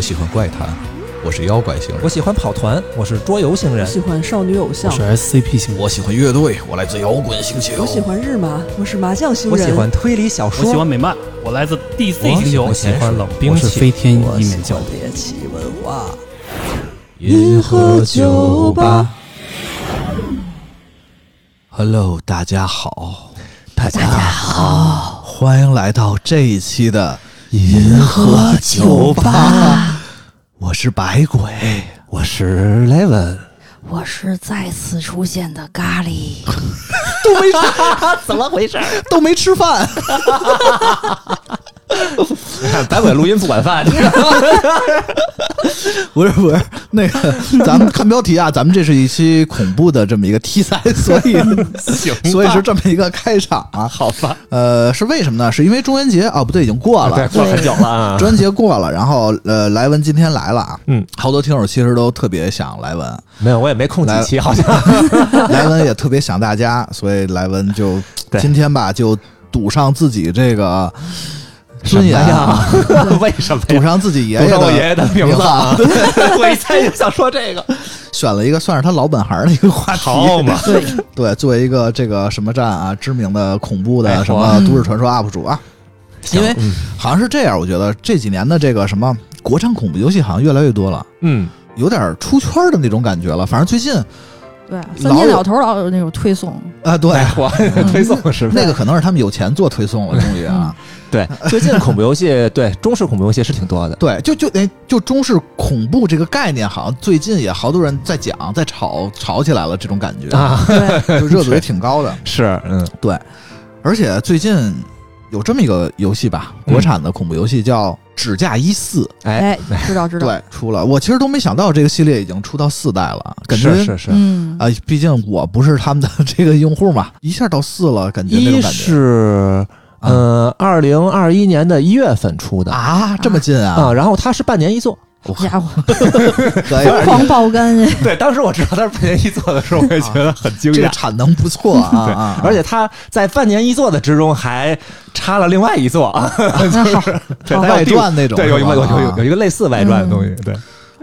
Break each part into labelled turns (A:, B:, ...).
A: 喜欢怪谈，我是妖怪星人
B: 我；喜欢跑团，我是桌游星人。
C: 喜欢少女偶
D: 我
C: 像，
D: 是 SCP 型，
A: 我喜欢乐队，我来自摇滚星球；
C: 我喜欢日麻，我是麻将星
B: 我
C: 人，
B: 喜欢推理小说，
E: 我喜欢美漫，我来自 DC 星球
B: 我。喜欢冷兵
D: 我是
B: 器，
D: 飞天
C: 我
D: 一
C: 喜
D: 面教
C: 欢。猎奇文化。
A: 银河酒吧。Hello，大家好，大家好，欢迎来到这一期的银河酒吧。我是白鬼，我是 Levin。
F: 我是再次出现的咖喱，
A: 都没吃 饭。看白鬼录音不管饭， 不是不是那个，咱们看标题啊，咱们这是一期恐怖的这么一个题材，所以所以是这么一个开场啊。好吧，呃，是为什么呢？是因为中元节啊，不对，已经过了，
G: 过很久了 啊。
A: 中元节过了，然后呃，莱文今天来了啊，
G: 嗯，
A: 好多听友其实都特别想莱文，
G: 没有，我也没空几期，好像
A: 莱文也特别想大家，所以莱文就
G: 对
A: 今天吧，就赌上自己这个尊严啊，
G: 为什么
A: 赌上自己爷
G: 堵
A: 爷
G: 上我
A: 的
G: 爷爷的名字啊
A: 名字，对
G: 我一猜就想说这个，
A: 选了一个算是他老本行的一个话
G: 好
A: 题。
G: 嘛？
A: 对，作为一个这个什么站啊，知名的恐怖
G: 哎
A: 的什么都市传说 UP 主啊，因为好像是这样，我觉得这几年的这个什么国产恐怖游戏好像越来越多了，
G: 嗯，
A: 有点出圈的那种感觉了。反正最近
F: 对，啊三天
A: 有
F: 两头老有那种推送，
A: 啊，对，
G: 我推送是
A: 那个可能是他们有钱做推送了，终于啊。
G: 对 最近恐怖游戏，对中式恐怖游戏是挺 多的。
A: 对，就就哎，就中式恐怖这个概念，好像最近也好多人在讲，在吵吵起来了，这种感觉
G: 啊，
A: 就热度也挺高的。
G: 是，嗯，
A: 而且最近有这么一个游戏吧，国产的恐怖游戏叫《指甲一四》，
G: 哎，
F: 哎，知道知道，
A: 对，出了。我其实都没想到这个系列已经出到四代了，感觉
G: 是是是，
F: 嗯，
A: 啊、毕竟我不是他们的这个用户嘛，一下到四了，感觉那
G: 一
A: 种感觉
G: 是呃，二零二一年的一月份出的
A: 啊，这么近啊，
G: 啊，然后它是半年一做。
F: 好家伙，
A: 可以。
F: 疯狂爆肝，哎
G: 对，当时我知道它是半年一做的时候，我也觉得很惊
A: 这个产能不错啊啊！啊
G: 而且他在半年一座的之中还插了另外一座 啊，
F: 哎
G: 就是对它有
A: 哦外
G: 第五
A: 传那种
G: 对，有一
A: 是吧
G: 个有有有
A: 啊
G: 有一个类似外传的东西，对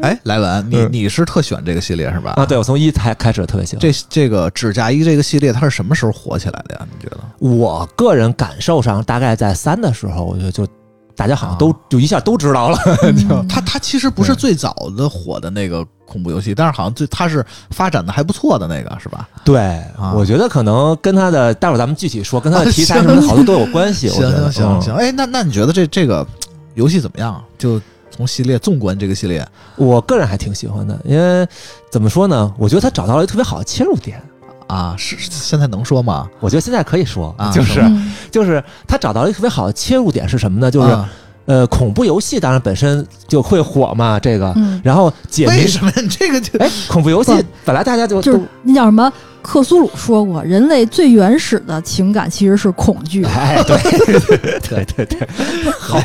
A: 哎，莱文，你
G: 嗯
A: 你是特喜欢这个系列是吧？
G: 啊，对我从一才开始特别喜欢。
A: 这这个指甲衣这个系列，它是什么时候火起来的呀？你觉得？
G: 我个人感受上，大概在三的时候，我觉得就大家好
A: 啊
G: 像都就一下都知道了，
F: 嗯
A: 它它其实不是最早的火的那个恐怖游戏，但是好像最它是发展的还不错的那个是吧？
G: 对，
A: 啊
G: 我觉得可能跟他的，待会儿咱们具体说，跟他的题材什么的好多都有 关系。
A: 行
G: 我觉得
A: 行行，行，
G: 嗯
A: 哎，那那你觉得这这个游戏怎么样？就从系列纵观这个系列
G: 我个人还挺喜欢的，因为怎么说呢，我觉得他找到了一个特别好的切入点。
A: 啊，是是现在能说吗？
G: 我觉得现在可以说
A: 啊，
G: 就是
F: 嗯
G: 就是他找到了一个特别好的切入点是什么呢？就是
A: 啊
G: 呃，恐怖游戏当然本身就会火嘛，这个，
F: 嗯，
G: 然后解谜
A: 为，什 么这个就
G: 哎，恐怖游戏
F: 不
G: 本来大家就
F: 就是那叫什么？克苏鲁说过，人类最原始的情感其实是恐惧
G: 都，哎， 对对对对，好，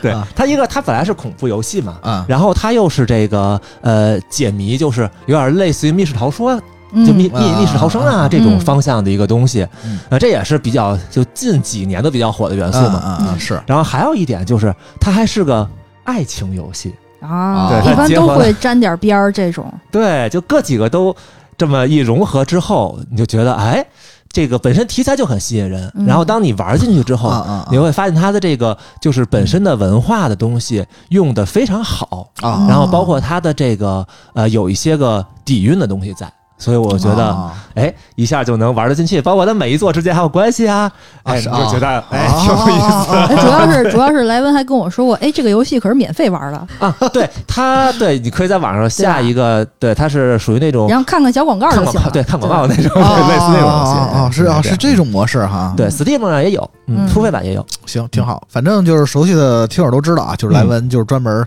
G: 对
A: 啊，
G: 它一个它本来是恐怖游戏嘛，
A: 啊
G: 然后它又是这个呃解谜，就是有点类似于密室逃脱，
F: 嗯
G: 就密
A: 嗯
G: 密密室逃生
A: 啊啊
G: 啊
A: 啊
G: 这种方向的一个东西
A: 嗯，
G: 呃，这也是比较就近几年的比较火的元素
A: 啊
G: 嘛。
A: 啊啊
F: 嗯
A: 是
G: 然后还有一点就是，它还是个爱情游戏。
F: 啊
A: 对，
F: 一般
G: 结合
F: 都
G: 了
F: 会沾点边儿这种，
G: 对，就各几个都这么一融合之后，你就觉得哎，这个本身题材就很吸引人。
F: 嗯
G: 然后当你玩进去之后，
A: 啊啊
G: 你会发现它的这个就是本身的文化的东西用的非常好，
A: 啊啊，
G: 然后包括它的这个呃有一些个底蕴的东西在。所以我觉得，
A: 啊
G: 哎、一下就能玩得进去，包括它每一座之间还有关系啊，哎，
A: 是
G: 你就觉得、哎
A: 啊
G: 挺有意
A: 啊
G: 思
A: 啊 啊
F: 哎主要是主要是莱文还跟我说过，哎，这个游戏可是免费玩的，
G: 啊。 对它，对，你可以在网上下一个，
A: 啊
G: 对，它是属于那种
F: 然后看看小广告
G: 哦看
F: 就
G: 广
F: 行
G: 告，
F: 了。
G: 对，看广告那种，
A: 啊
G: 类似那种游戏。嗯
A: 啊啊啊，是啊，是这种模式哈。
G: 对，Steam 上也有，嗯，
F: 嗯
G: 付费版也有。嗯
A: 行，挺好。反正就是熟悉的听友都知道啊，就是莱文就是专门儿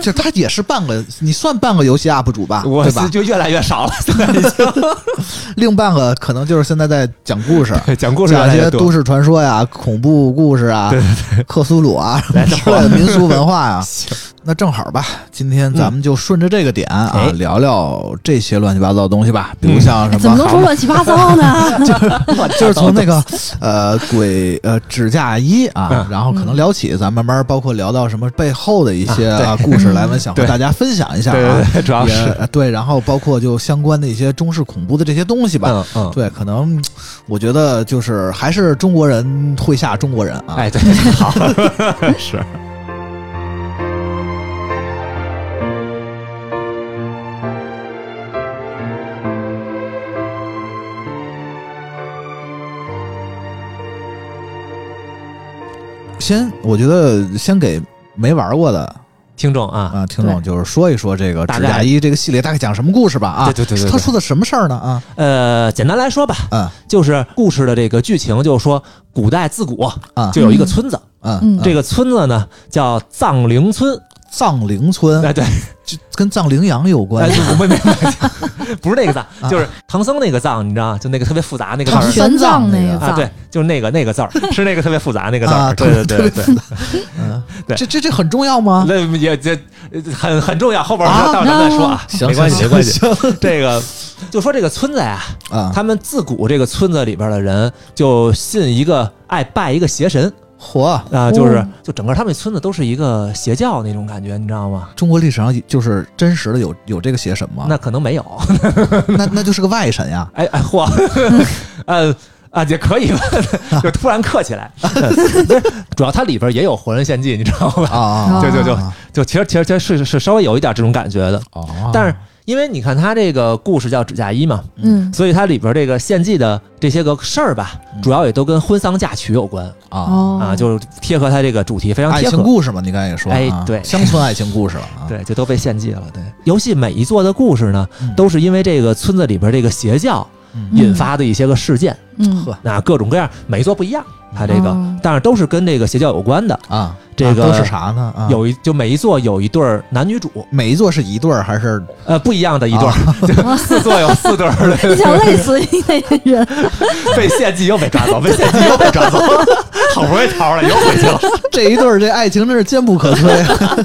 A: 就他也是半个，你算半个游戏 UP 主吧，
G: 我
A: 对吧？
G: 就越来越少了，现在已
A: 另半个可能就是现在在讲故事，
G: 经讲故事越
A: 讲
G: 来
A: 一些
G: 越多
A: 都。市传说呀、恐怖故事啊、克苏鲁啊什么
G: 来
A: 之类的民俗文 化呀。那正好吧，今天咱们就顺着这个点啊
G: 嗯哎，
A: 聊聊这些乱七八糟的东西吧，比如
G: 嗯
A: 像什么
F: 哎怎么能说乱七八 糟呢？
A: 就是从那个呃鬼呃指甲衣啊
G: 嗯，
A: 然后可能聊起，咱慢慢包括聊到什么背后的一些啊故事来，我们想和
G: 对
A: 大家分享一下
G: 对对
A: 啊。
G: 对，主要
A: 也
G: 是
A: 呃对，然后包括就相关的一些中式恐怖的这些东西吧。
G: 嗯嗯，
A: 对，可能嗯我觉得就是还是中国人会吓中国人啊。
G: 哎对，好 是。
A: 先我觉得先给没玩过的
G: 听众啊，
A: 啊听众就是说一说这个
G: 大
A: 指
G: 概
A: 甲衣这个系列大概讲什么故事吧啊。
G: 对对对对对
A: 他说的什么事儿呢啊？
G: 呃，简单来说吧，
A: 嗯
G: 就是故事的这个剧情，就是说古代自古
A: 啊
G: 就有一个村子，
A: 嗯
F: 嗯
A: 嗯，
G: 这个村子呢叫藏灵村，
A: 藏羚村
G: 哎对，
A: 就跟藏羚羊有关
G: 哎
A: 系。
G: 不 不不，不是那个藏，
A: 啊
G: 就是唐僧那个藏，你知道吗，就那个特别复杂那个字
A: 唐
G: 儿
A: 僧
F: 玄奘那个
G: 啊，
F: 藏，
G: 对，就是那个那个字儿，是那个特别复杂那个字
A: 啊
G: 儿，对对对对。
A: 嗯，
G: 对
A: 这这这很重要吗？
G: 那也这很很重要，后边
A: 啊
G: 儿到时候再说啊，
A: 行
G: 没关系
A: 行
G: 没关系
A: 行。
G: 这个就说这个村子呀，
A: 啊，
G: 他们自古这个村子里边的人就信一个爱拜一个邪神
A: 火
G: 啊，就是
F: 哦
G: 就整个他们村子都是一个邪教那种感觉，你知道吗？
A: 中国历史上就是真实的有有这个邪神吗？
G: 那可能没有，
A: 那那那就是个外神 呀。
G: 哎哎嚯， 呃啊也可以吧，就突然客气来。嗯 主要它里边也有活人献祭，你知道吧？
A: 啊啊，
G: 就就就
A: 啊
G: 就其实其实其实是是稍微有一点这种感觉的，
A: 哦
G: 但是因为你看他这个故事叫指甲衣嘛，
F: 嗯，
G: 所以它里边这个献祭的这些个事儿吧，
A: 嗯
G: 主要也都跟婚丧嫁娶有关
A: 啊，
F: 哦
G: 啊，就是贴合它这个主题非常
A: 爱
G: 贴
A: 情
G: 合。
A: 故事嘛，你刚才也说，
G: 哎
A: 啊
G: 对
A: 乡村爱情故事了啊。
G: 对，就都被献祭了。对，游戏每一座的故事呢，
A: 嗯
G: 都是因为这个村子里边这个邪教
A: 嗯
G: 引发的一些个事件，
F: 嗯
A: 呵
G: 那各种各样，每一座不一样，它这个，
F: 哦
G: 但是都是跟这个邪教有关的。
A: 啊，
G: 这个
A: 啊都是啥呢？啊，
G: 有一就每一座有一对儿男女主，
A: 每一座是一对儿还是
G: 呃，不一样的一对儿，
A: 啊
G: 就四座有四对儿的
F: 你想累死你那个 人，
G: 被献祭又被抓走，被献祭又 被抓走，好不容易逃出来又回去了，
A: 这一对儿？这爱情真是坚不可摧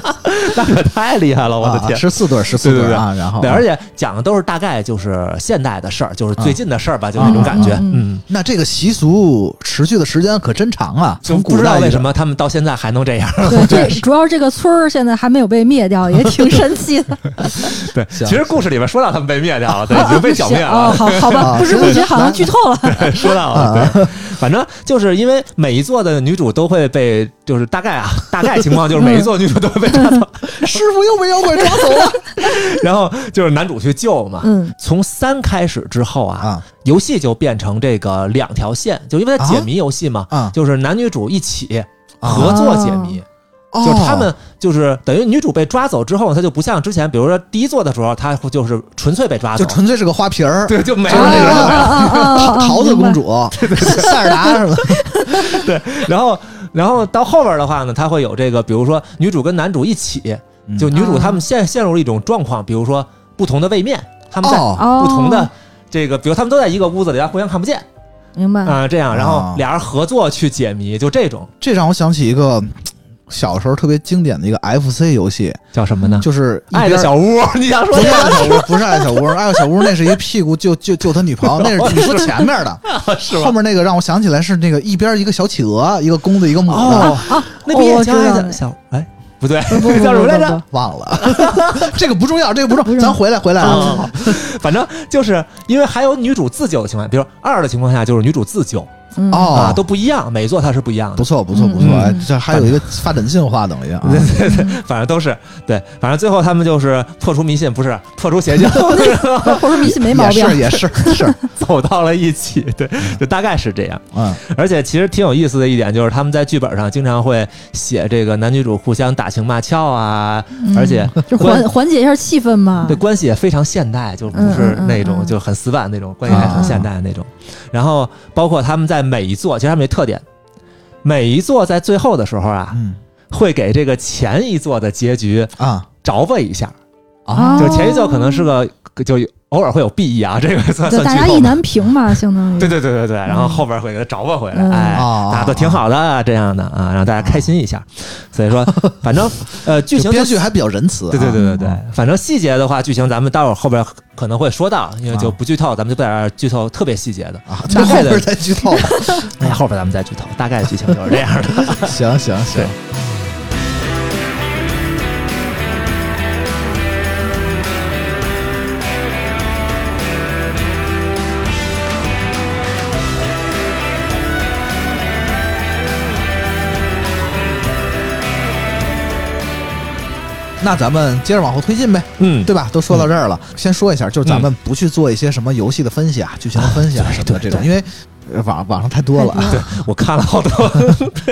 G: 那可太厉害了，我的
A: 啊！
G: 天！
A: 十四对儿，十四对儿啊，然后
G: 对，而且讲的都是大概就是现代的事儿，就是最近的事儿吧，就
A: 啊
G: 那种感觉。
F: 嗯嗯
G: 嗯，
A: 那这个习俗持续的时间可真长啊，
G: 就
A: 从
G: 不
A: 古
G: 知道
A: 代
G: 为
A: 一直
G: 什么他们到现在还能这样。
F: 对，这主要这个村儿现在还没有被灭掉，也挺神奇的。
G: 对，
A: 行
G: 其实故事里边说到他们被灭掉了， 对，已经 被剿灭
F: 哦，
G: 了。
F: 好好吧，
A: 啊
F: 不知不觉好像剧透了。
G: 对说到了，对，反正就是因为每一座的女主都会被，就是大概啊，大概情况就是每一座女主都会被抓
A: 嗯
G: 走，
A: 师傅又被妖怪抓走了
G: 然后就是男主去救嘛。
F: 嗯，
G: 从三开始之后啊，
A: 啊
G: 游戏就变成这个两条线，就因为它解谜游戏嘛，
A: 啊！
G: 就是男女主一起
A: 啊
G: 合作解谜。
A: 哦
G: 就是他们就是等于女主被抓走之后，她就不像之前，比如说第一座的时候，她就是纯粹被抓走，
A: 就纯粹是个花瓶儿，
G: 对就没
A: 就
G: 有
A: 是
G: 那
A: 那
G: 个
F: 啊
A: 个
G: 人。
A: 桃
F: 哦
A: 桃子公主， 塞尔达是吧？
G: 然后，然后到后边的话呢，她会有这个，比如说女主跟男主一起，就女主他们陷陷入了一种状况，比如说不同的位面，他们在
A: 哦
F: 哦，
G: 不同的。这个，比如他们都在一个屋子里，但互相看不见
F: 明白，
G: 啊、这样，然后
A: 哦
G: 俩人合作去解谜，就这种
A: 这让我想起一个小时候特别经典的一个 FC 游戏，
G: 叫什么呢？
A: 就是一边
G: 嗯爱的小 屋，你想
A: 不
G: 说
A: 是爱的小屋，不是爱的小屋，爱的小屋那是一屁股救救救他女朋友，那是你说前面 的，
G: 哦是
A: 后
G: 吧？
A: 面那个让我想起来是那个一边一个小企鹅，一个公的，一个母的，
G: 哦，那不也叫爱
F: 哦我知道
G: 的
F: 那
G: 小哎，不对，
F: 不不不
G: 叫什么来着
F: 不不
A: 忘了， 这个不重要，这个不重
F: 不重
A: 要，
F: 要
A: 咱回来回来啊，
G: 啊，反正就是因为还有女主自救的情况下，比如二的情况下就是女主自救、
F: 嗯
A: 哦
G: 啊，都不一样，每一座它是不一样
A: 不
G: 的，
A: 错不错不错，
F: 嗯
A: 哎这还有一个发展进化等于啊，
G: 反正都是对，反正最后他们就是破除迷信，不是破除邪教，
F: 不或者迷信没毛病
A: 也。是也是是，
G: 走到了一起，对，就大概是这样。
A: 嗯
G: 而且其实挺有意思的一点就是他们在剧本上经常会写这个男女主互相打情骂俏啊，
F: 嗯
G: 而且
F: 就
G: 关
F: 缓缓解一下气氛嘛。
G: 对，关系也非常现代，就不是
F: 嗯嗯
G: 那种、
F: 嗯嗯嗯
G: 就很死板那种，关系还很现代的那种。然后包括他们在每一座，其实他们有特点，每一座在最后的时候啊，
A: 嗯
G: 会给这个前一作的结局
A: 啊
G: 着吧一下，
F: 啊
G: 就是前一作可能是个就偶尔会有 B 义啊，这个算
F: 就
G: 算
F: 大家
G: 剧透
F: 意
G: 吧。
F: 难平嘛，相当于
G: 对对对对对，然后后边会给他着吧回来，
F: 嗯
G: 哎，
A: 哦
G: 大家都挺好的这样的啊，让大家开心一下。所以说，反正呃，剧
A: 就
G: 情就
A: 编剧还比较仁慈啊，
G: 对对对对对
A: 嗯，
G: 反正细节的话，剧情咱们待会儿后边可能会说到，因为就不剧透，咱们就不在这儿剧透特别细节的。
A: 啊，
G: 大
A: 这后
G: 概的
A: 边 再剧透吧。
G: 哎，后边咱们再剧透，大概的剧情就是这样的。
A: 行行行
G: 对，
A: 那咱们接着往后推进呗，
G: 嗯，
A: 对吧？都说到这儿了，先说一下，就是咱们不去做一些什么游戏的分析啊、剧情的分析啊什么的这种，因为呃网网上太多了啊。
F: 太多
G: 我看了好多，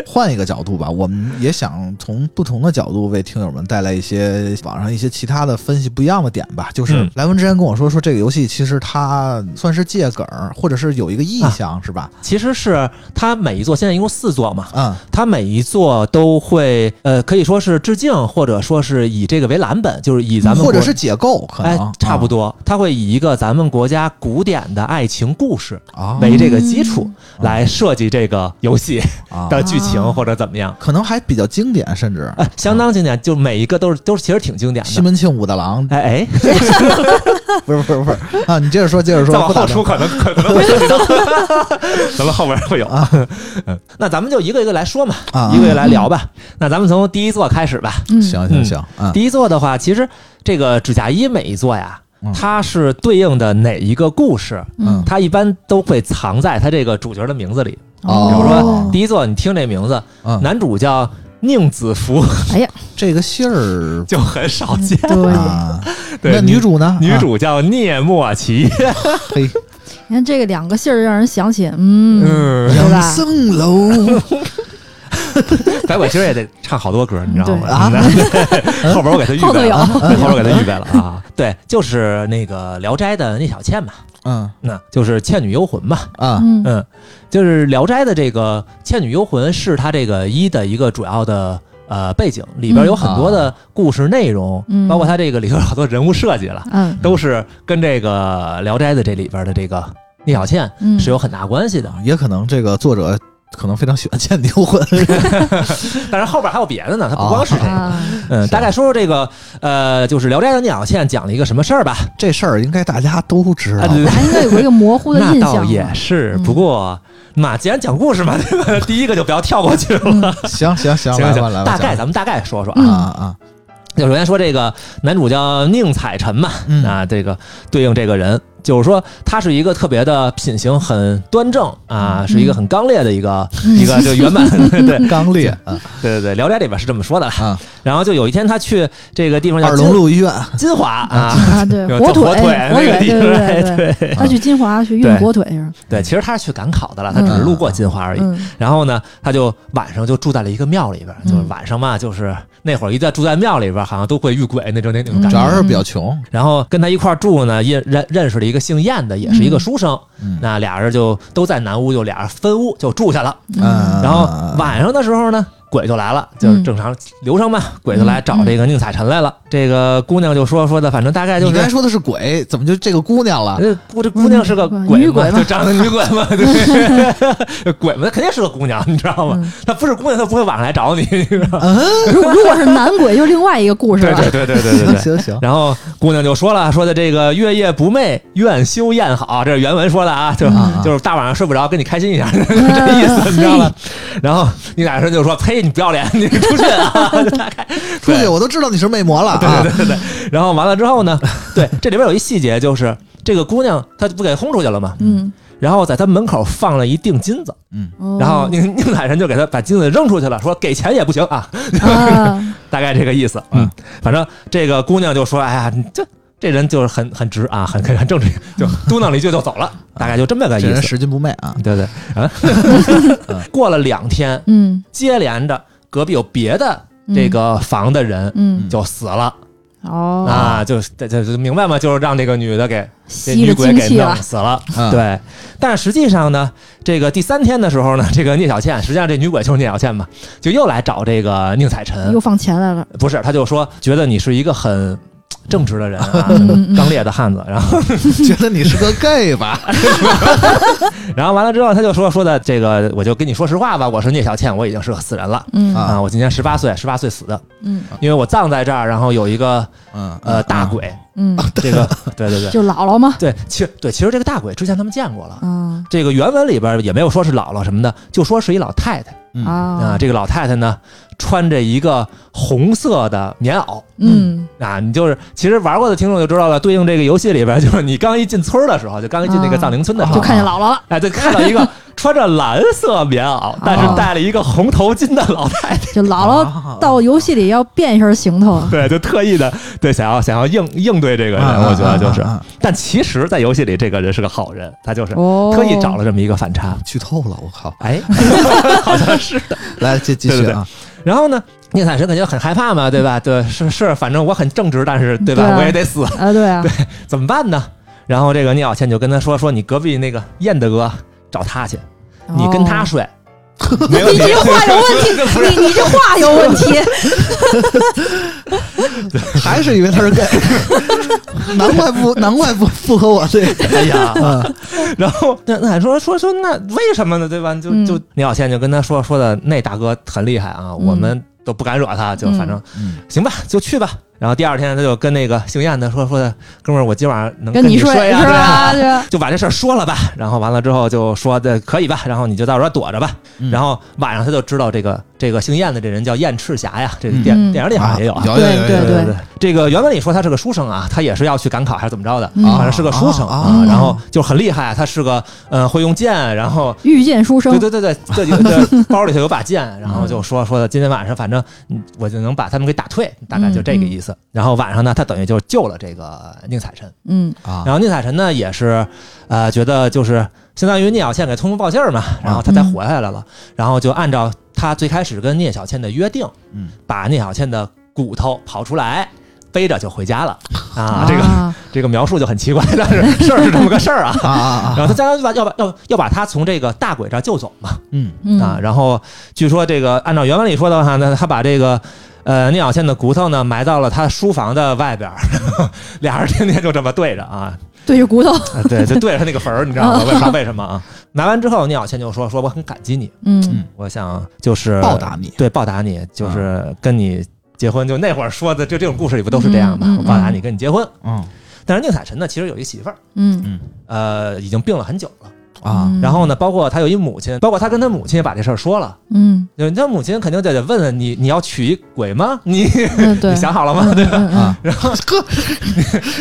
A: 换一个角度吧，我们也想从不同的角度为听友们带来一些网上一些其他的分析不一样的点吧。就是
G: 嗯
A: 莱文之前跟我说说这个游戏其实它算是借梗儿，或者是有一个
G: 啊
A: 意向、是吧？
G: 其实是它每一座现在一共四座嘛，
A: 嗯
G: 它每一座都会呃可以说是致敬，或者说是以这个为蓝本，就是以咱
A: 嗯
G: 们
A: 或者
G: 国
A: 是解构可
G: 哎
A: 能、啊
G: 差不多，它会以一个咱们国家古典的爱情故事
A: 啊
G: 为这个基础来设计这个游戏
A: 嗯啊，
G: 的剧情
F: 啊
G: 或者怎么样。
A: 可能还比较经典，甚至
G: 哎，相当经典，就每一个都是都是其实挺经典
A: 西
G: 的。
A: 门庆、武大郎，
G: 哎哎，
A: 不是不是不是啊！你接着说，接着说，
G: 再往
A: 不打
G: 后
A: 断
G: 出可能可能会涉及到， 咱们后边会有啊。嗯，那咱们就一个一个来说嘛，
A: 啊，
G: 一个一个来聊吧。那咱们从第一座开始吧。
F: 嗯
A: 行行行，嗯
G: 第一座的话，其实这个指甲衣每一座呀
A: 嗯，
G: 它是对应的哪一个故事，
A: 嗯
F: 嗯
G: 它一般都会藏在它这个主角的名字里。
A: 哦
G: 比如
A: 哦
G: 说第一座，你听这名字，
A: 嗯，
G: 男主叫宁子福，
A: 这个姓儿
G: 就很少见。
F: 对，
A: 啊，
G: 对
A: 那女主啊呢？
G: 女主叫聂莫奇，
A: 啊 嘿，
F: 你看这个两个姓儿让人想起，嗯，
G: 嗯
F: 是吧
A: 杨僧 楼
G: 白鬼其实也得唱好多歌，你知道吗？
F: 对
A: 啊
G: 后边我给他预
F: 后头
G: 备
F: 有
G: 了，啊 后边我给他预备了啊。对，就是那个《聊斋》的聂小倩嘛，
A: 嗯
G: 那就是《倩女幽魂》嘛。
A: 啊
F: 嗯
G: 嗯，就是《聊斋》的这个《倩女幽魂》是它这个一的一个主要的呃背景，里边有很多的故事内容，
F: 啊嗯
G: 包括它这个里头有好多人物设计了，
F: 嗯
G: 都是跟这个《聊斋》的这里边的这个聂小倩
F: 嗯
G: 是有很大关系的。
A: 也可能这个作者可能非常喜欢见牛魂
G: 但是后边还有别的呢，它不光是这个。
F: 嗯啊，
G: 嗯，
A: 是
G: 大概说说这个，呃，就是《聊斋》的聂小倩讲了一个什么事儿吧？
A: 这事儿，应该大家都知道
G: 啊。对
F: 大家应该有过一个模糊的
G: 那
F: 印
G: 倒
F: 象
G: 也
F: 吧，
G: 是，
F: 嗯
G: 不过嘛，既然讲故事嘛，对吧？ 第一个就不要跳过去了。
A: 行行行，
G: 行
A: 来吧
G: 行
A: 来吧，
G: 大概
A: 行
G: 咱们大概说说啊。
F: 嗯
A: 啊啊，
G: 就首先说这个男主叫宁采臣嘛，
A: 嗯
G: 啊，这个对应这个人，就是说他是一个特别的品行很端正啊，
A: 嗯
G: 是一个很刚烈的一个一个就 圆满对对
A: 刚烈啊
G: 对对，《聊斋》里边是这么说的啦。
A: 啊，
G: 然后就有一天他去这个地方叫
A: 二龙
G: 金
A: 路医院
G: 金华啊。
F: 啊，对，
G: 有
F: 火
G: 火
F: 腿，
G: 腿那
F: 火
G: 个
F: 腿，
G: 地
F: 对对
G: 方
F: 对对，
G: 对
F: 他去金华去运
G: 对
F: 火腿是，
G: 对，其实他是去赶考的了，他只是路过金华而已。
F: 嗯
G: 然后呢，他就晚上就住在了一个庙里边，
F: 嗯
G: 就是晚上嘛，就是那会儿一在住在庙里边，好像都会遇鬼那种那种感
F: 嗯
A: 主
G: 觉。
A: 要是比较穷，
G: 然后跟他一块儿住呢，认认认识了一个姓燕的，也是一个
F: 嗯
G: 书生。
A: 嗯
G: 那俩人就都在南屋，就俩人分屋就住下了。
F: 啊
A: 嗯，
G: 然后晚上的时候呢，鬼就来了，
F: 嗯
G: 就是正常流程嘛，鬼就来找这个宁采臣来了。这个姑娘就说说的，反正大概就
A: 你刚才
G: 是。
A: 说的是鬼，怎么就这个姑娘了？
G: 呃，姑这姑娘是个
F: 嗯
G: 鬼
F: 女
G: 嘛，
F: 鬼嘛
G: 就长得女鬼 嘛，对， 鬼嘛，肯定是个姑娘，你知道吗
F: 嗯？
G: 她不是姑娘，她不会晚上来找你，你知道吗？
F: 如果如果是男鬼，就另外一个故事
G: 对
F: 了。
G: 对对对对对
A: 行
G: 对。
A: 行行，
G: 然后姑娘就说了，说的这个月夜不寐，愿修宴好，这是原文说的啊，就
A: 嗯
G: 就是大晚上睡不着，跟你开心一下， 这意思你知道吗？然后你俩人就说：“呸，你不要脸，你出去啊！” 就大概
A: 出去
G: 对
A: 我都知道你是魅魔了啊
G: 对对对。然后完了之后呢，对，这里边有一细节就是这个姑娘她不给轰出去了吗？
F: 嗯，
G: 然后在她门口放了一锭金子，
F: 哦
G: 嗯然后宁宁采臣就给她把金子扔出去了，说给钱也不行啊，
F: 啊，
G: 大概这个意思。嗯，反正这个姑娘就说：“哎呀，你这这人就是很很直啊，很很正直，就
F: 嗯
G: 嘟囔了一句就走了，
F: 啊
G: 大概就这么个
A: 这
G: 意
A: 人
G: 思。
A: 拾金不昧啊”
G: 对对啊， 过了两天，
F: 嗯
G: 接连着隔壁有别的这个房的人
F: 嗯
G: 就死了，
F: 哦，
G: 啊，就是这这这明白吗？就是让这个女的给这
F: 吸
G: 女
F: 着
G: 鬼
F: 精
G: 给
F: 气
G: 弄
F: 了，
G: 死了。
A: 嗯
G: 对，但是实际上呢，这个第三天的时候呢，这个聂小倩，实际上这女鬼就是聂小倩嘛，就又来找这个宁采臣
F: 又，放钱来了。
G: 不是，他就说觉得你是一个很正直的人啊
F: 嗯嗯，嗯
G: 刚烈的汉子。然后，
A: 觉得你是个 gay 吧？
G: 然后完了之后，他就说说的这个，我就跟你说实话吧，我是聂小倩，我已经是个死人了
F: 嗯
A: 啊
G: 啊，我今年十八岁，十八岁死的，
F: 嗯
G: 因为我葬在这儿，然后有一个
A: 嗯，
G: 呃
A: 嗯
G: 大，鬼，
F: 嗯，
G: 这 个对对对
F: 就姥姥嘛。
G: 对，其实对，其实这个大鬼之前他们见过了。
F: 嗯
G: 这个原文里边也没有说是姥姥什么的，就说是一老太太
A: 嗯
G: 啊。
F: 啊，
G: 这个老太太呢，穿着一个红色的棉袄
F: 嗯
G: 啊。你就是其实玩过的听众就知道了，对应这个游戏里边，就是你刚一进村儿的时候，就刚一进那个
F: 啊
G: 藏灵村的时
F: 就
G: 候，
F: 看见姥姥了。
G: 哎，就看到一个穿着蓝色棉袄，但
F: 哦
G: 是戴了一个红头巾的老太太，
F: 就姥姥
A: 啊
F: 到游戏里要变一身行头，
G: 对， 就特意的对想要想要应应
A: 嗯
G: 对这个人，
F: 嗯
G: 我觉得就是。
A: 啊啊
G: 但其实，在游戏里这个人是个好人，他就是
F: 哦，
G: 特意找了这么一个反差。
A: 剧透了，我靠！
G: 哎，好像是的。
A: 来，继继
G: 对
A: 续
G: 对
A: 啊，
G: 然后呢，聂采臣肯定很害怕嘛，对吧？对，是是，反正我很正直，但是对吧，
F: 对啊
G: 我也得死，
F: 啊，对啊，
G: 怎么办呢？然后这个聂小倩就跟他说：“说你隔壁那个燕大哥找他去，你跟
F: 哦
G: 他睡， 没问
F: 你
G: 题。
F: 这话有问题，你你这话有问 题，
A: 还是因为他 是 gay，难怪不难怪不符合我这个。
G: 哎呀，
A: 嗯
G: 然后那那说说说那为什么呢？对吧？就
F: 嗯
G: 就聂小倩就跟他说说的那大哥很厉害啊，
F: 嗯
G: 我们都不敢惹他，就反正
A: 嗯
G: 行吧，就去吧。然后第二天他就跟那个姓燕的说说的，哥们儿，我今晚上能
F: 跟
G: 你
F: 睡
G: 睡啊，
F: 是
G: 对
F: 吧？对啊，
G: 就把这事儿说了吧，然后完了之后就说的可以吧，然后你就到时候躲着吧。
A: 嗯
G: 然后晚上他就知道这个这个姓燕的这人叫燕赤霞呀，这电、
F: 嗯
G: 电影里好像也有啊。
A: 有
F: 对
A: 有有
F: 对
A: 有
G: 对
A: 有
G: 对，这个原文里说他是个书生啊，他也是要去赶考还是怎么着的，
F: 嗯
G: 反正是个书生
A: 啊
G: 啊
F: 啊，
G: 然后就很厉害，他是个呃会用剑，然后
F: 遇见书
G: 对
F: 生，
G: 对对对，这就 这包里头有把剑，然后就说说的今天晚上反正嗯我就能把他们给打退，大概就
F: 嗯
G: 这个意思。然后晚上呢，他等于就救了这个宁采臣。
F: 嗯
A: 啊
G: 然后宁采臣呢也是，呃，觉得就是相当于聂小倩给通风报信儿嘛，然后他才
F: 嗯
G: 活下来了，然后就按照他最开始跟聂小倩的约定，
A: 嗯，
G: 把聂小倩的骨头刨出来。背着就回家了啊！这个
F: 啊，
G: 这个描述就很奇怪，但是事儿是这么个事儿啊。
A: 啊啊
G: 然
A: 啊！
G: 后他家要把要把要要把他从这个大鬼这儿救走嘛
A: 嗯，
F: 嗯
G: 啊！然后据说这个按照原文里说的话呢，他把这个呃聂小倩的骨头呢埋到了他书房的外边儿， 俩人天天就这么对着啊，
F: 对着骨头，
G: 啊， 对，就对着他那个坟儿，你知道吗？我也不知道为什么啊。拿完之后，聂小倩就说：“说我很感激你，
F: 嗯
G: 我想就是
A: 报答你啊
G: 对，报答你，就是跟你结婚。就那会儿说的，就这种故事里不都是这样吗？
F: 嗯嗯
G: 我报答你，跟你结婚。
A: 嗯
G: 但是宁采臣呢，其实有一媳妇儿，
F: 嗯
G: 呃，已经病了很久了。
A: 啊，
F: 嗯
G: 然后呢，包括他有一母亲，包括他跟他母亲也把这事儿说了。
F: 嗯，
G: 就他母亲肯定就得问问你，你要娶一鬼吗？你
F: 嗯对，
G: 你想好了吗？
F: 嗯嗯嗯
A: 啊，然后哥，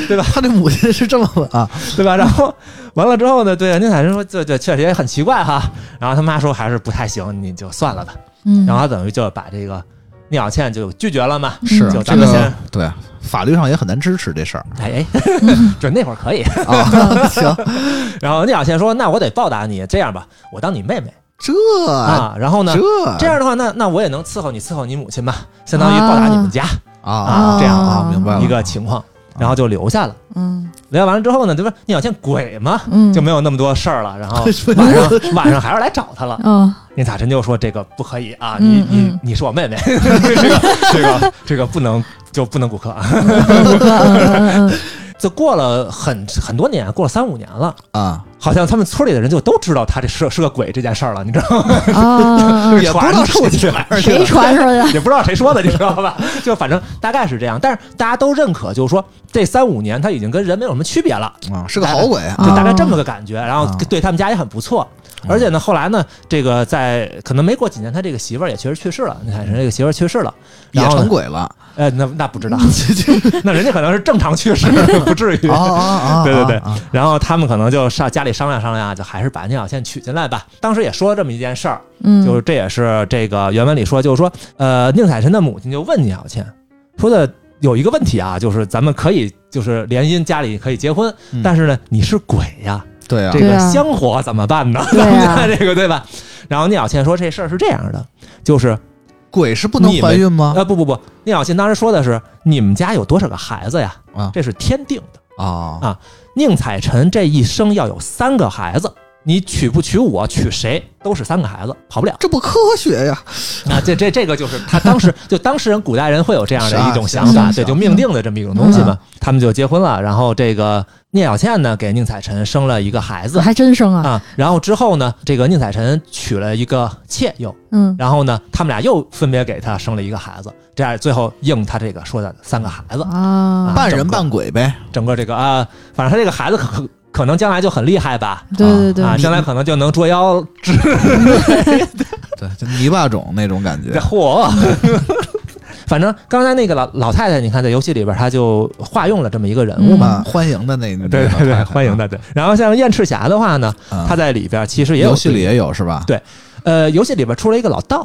A: 对吧？他这母亲是这么问啊，
G: 对吧？然后完了之后呢，对宁采臣说，对对，确实也很奇怪哈。然后他妈说还是不太行，你就算了吧。
F: 嗯，
G: 然后他等于就把这个聂小倩就拒绝了嘛。
F: 嗯
A: 是啊
G: 就
A: 这
G: 咱们
A: 个
G: 先
A: 对，法律上也很难支持这 事儿
G: 哎，
F: 嗯
G: 就是那会儿可 以。
A: 啊。行，
G: 然后聂小倩说：“那我得报答你，这样吧，我当你妹 妹
A: 这
G: 啊。然后呢，
A: 这
G: 这样的话，那那我也能伺候你，伺候你母亲吧，相当于报答你们家
A: 啊
G: 这样
A: 啊，明白了
G: 一个情况。然后就留下了。
F: 嗯
G: 留下完了之后呢，对吧？聂小倩鬼嘛，
F: 嗯
G: 就没有那么多事儿了。然 后
A: 说
G: 晚上晚上还是来找他了。
F: 嗯
G: 聂采臣就说：“这个不可以啊，
F: 嗯
G: 你你
F: 嗯
G: 你是我 妹妹， 这个这个这个不能就不能骨科啊。”
F: 嗯嗯嗯
G: 就过了很很多年，过了三五年了，
A: 啊，
G: 好像他们村里的人就都知道他这是是个鬼这件事儿了，你知道吗？
F: 嗯 啊，
A: 也不知道
G: 出
A: 谁
G: 去了，
F: 谁传 出来的？
G: 也不知道谁说的，你知道吧？就反正大概是这样，但是大家都认可，就是说这三五年他已经跟人没有什么区别了，
A: 啊，是个好鬼啊
G: 就大概这么个感觉。然后对他们家也很不错，而且呢，后来呢，这个在可能没过几年，他这个媳妇儿也确实去世了，你看人这个媳妇儿去世了，
A: 也
G: 然后
A: 成
G: 呢
A: 鬼了。
G: 呃，那那不知道， 那人家可能是正常去 世，不至于
A: 嗯啊啊啊！
G: 对对对
A: 啊
G: 然后他们可能就上家里商量商量啊，就还是把聂小倩娶进来吧。当时也说了这么一件事儿，
F: 嗯，
G: 就是这也是这个原文里说，就是说，呃，宁采臣的母亲就问聂小倩，说的有一个问题啊，就是咱们可以就是联姻，家里可以结婚，
A: 嗯
G: 但是呢，你是鬼呀，
A: 对啊
G: 这，个
F: 对啊
G: 香火怎么办呢？
F: 对啊
G: 这个对吧？然后聂小倩说这事儿是这样的，就是
A: 鬼是不能
G: 你们
A: 怀孕吗？
G: 啊，不不不，聂小信当时说的是你们家有多少个孩子呀？
A: 啊
G: 这是天定的。
A: 啊
G: 啊宁采臣这一生要有三个孩子，你娶不娶我，娶谁都是三个孩子，跑不了。
A: 这不科学呀！
G: 啊，这这这个就是他当时就当事人古代人会有这样的一种想
A: 是啊
G: 法，
A: 是啊
G: 对，
A: 是啊嗯
G: 就命定的这么一种东西嘛。他们就结婚了，然后这个聂小倩呢给宁采臣生了一个孩子
F: 还真生啊，
G: 啊，然后之后呢，这个宁采臣娶了一个妾又，
F: 嗯，
G: 然后呢，他们俩又分别给他生了一个孩子，这样最后应他这个说的三个孩子，
F: 啊，
A: 半人半鬼呗，
G: 整个这个啊、反正他这个孩子可可可能将来就很厉害吧。
F: 对对对，
G: 啊，将来可能就能捉妖治
A: 对，就泥巴种那种感觉。啊
G: 嚯！反正刚才那个老老太太，你看在游戏里边，她就化用了这么一个人物嘛。
A: 啊，欢迎的那
G: 嗯对对 对，欢迎，的对。然后像燕赤霞的话呢，她
A: 他
G: 在里边其实也有
A: 啊游戏里，也有是吧？
G: 对呃，游戏里边出了一个老道，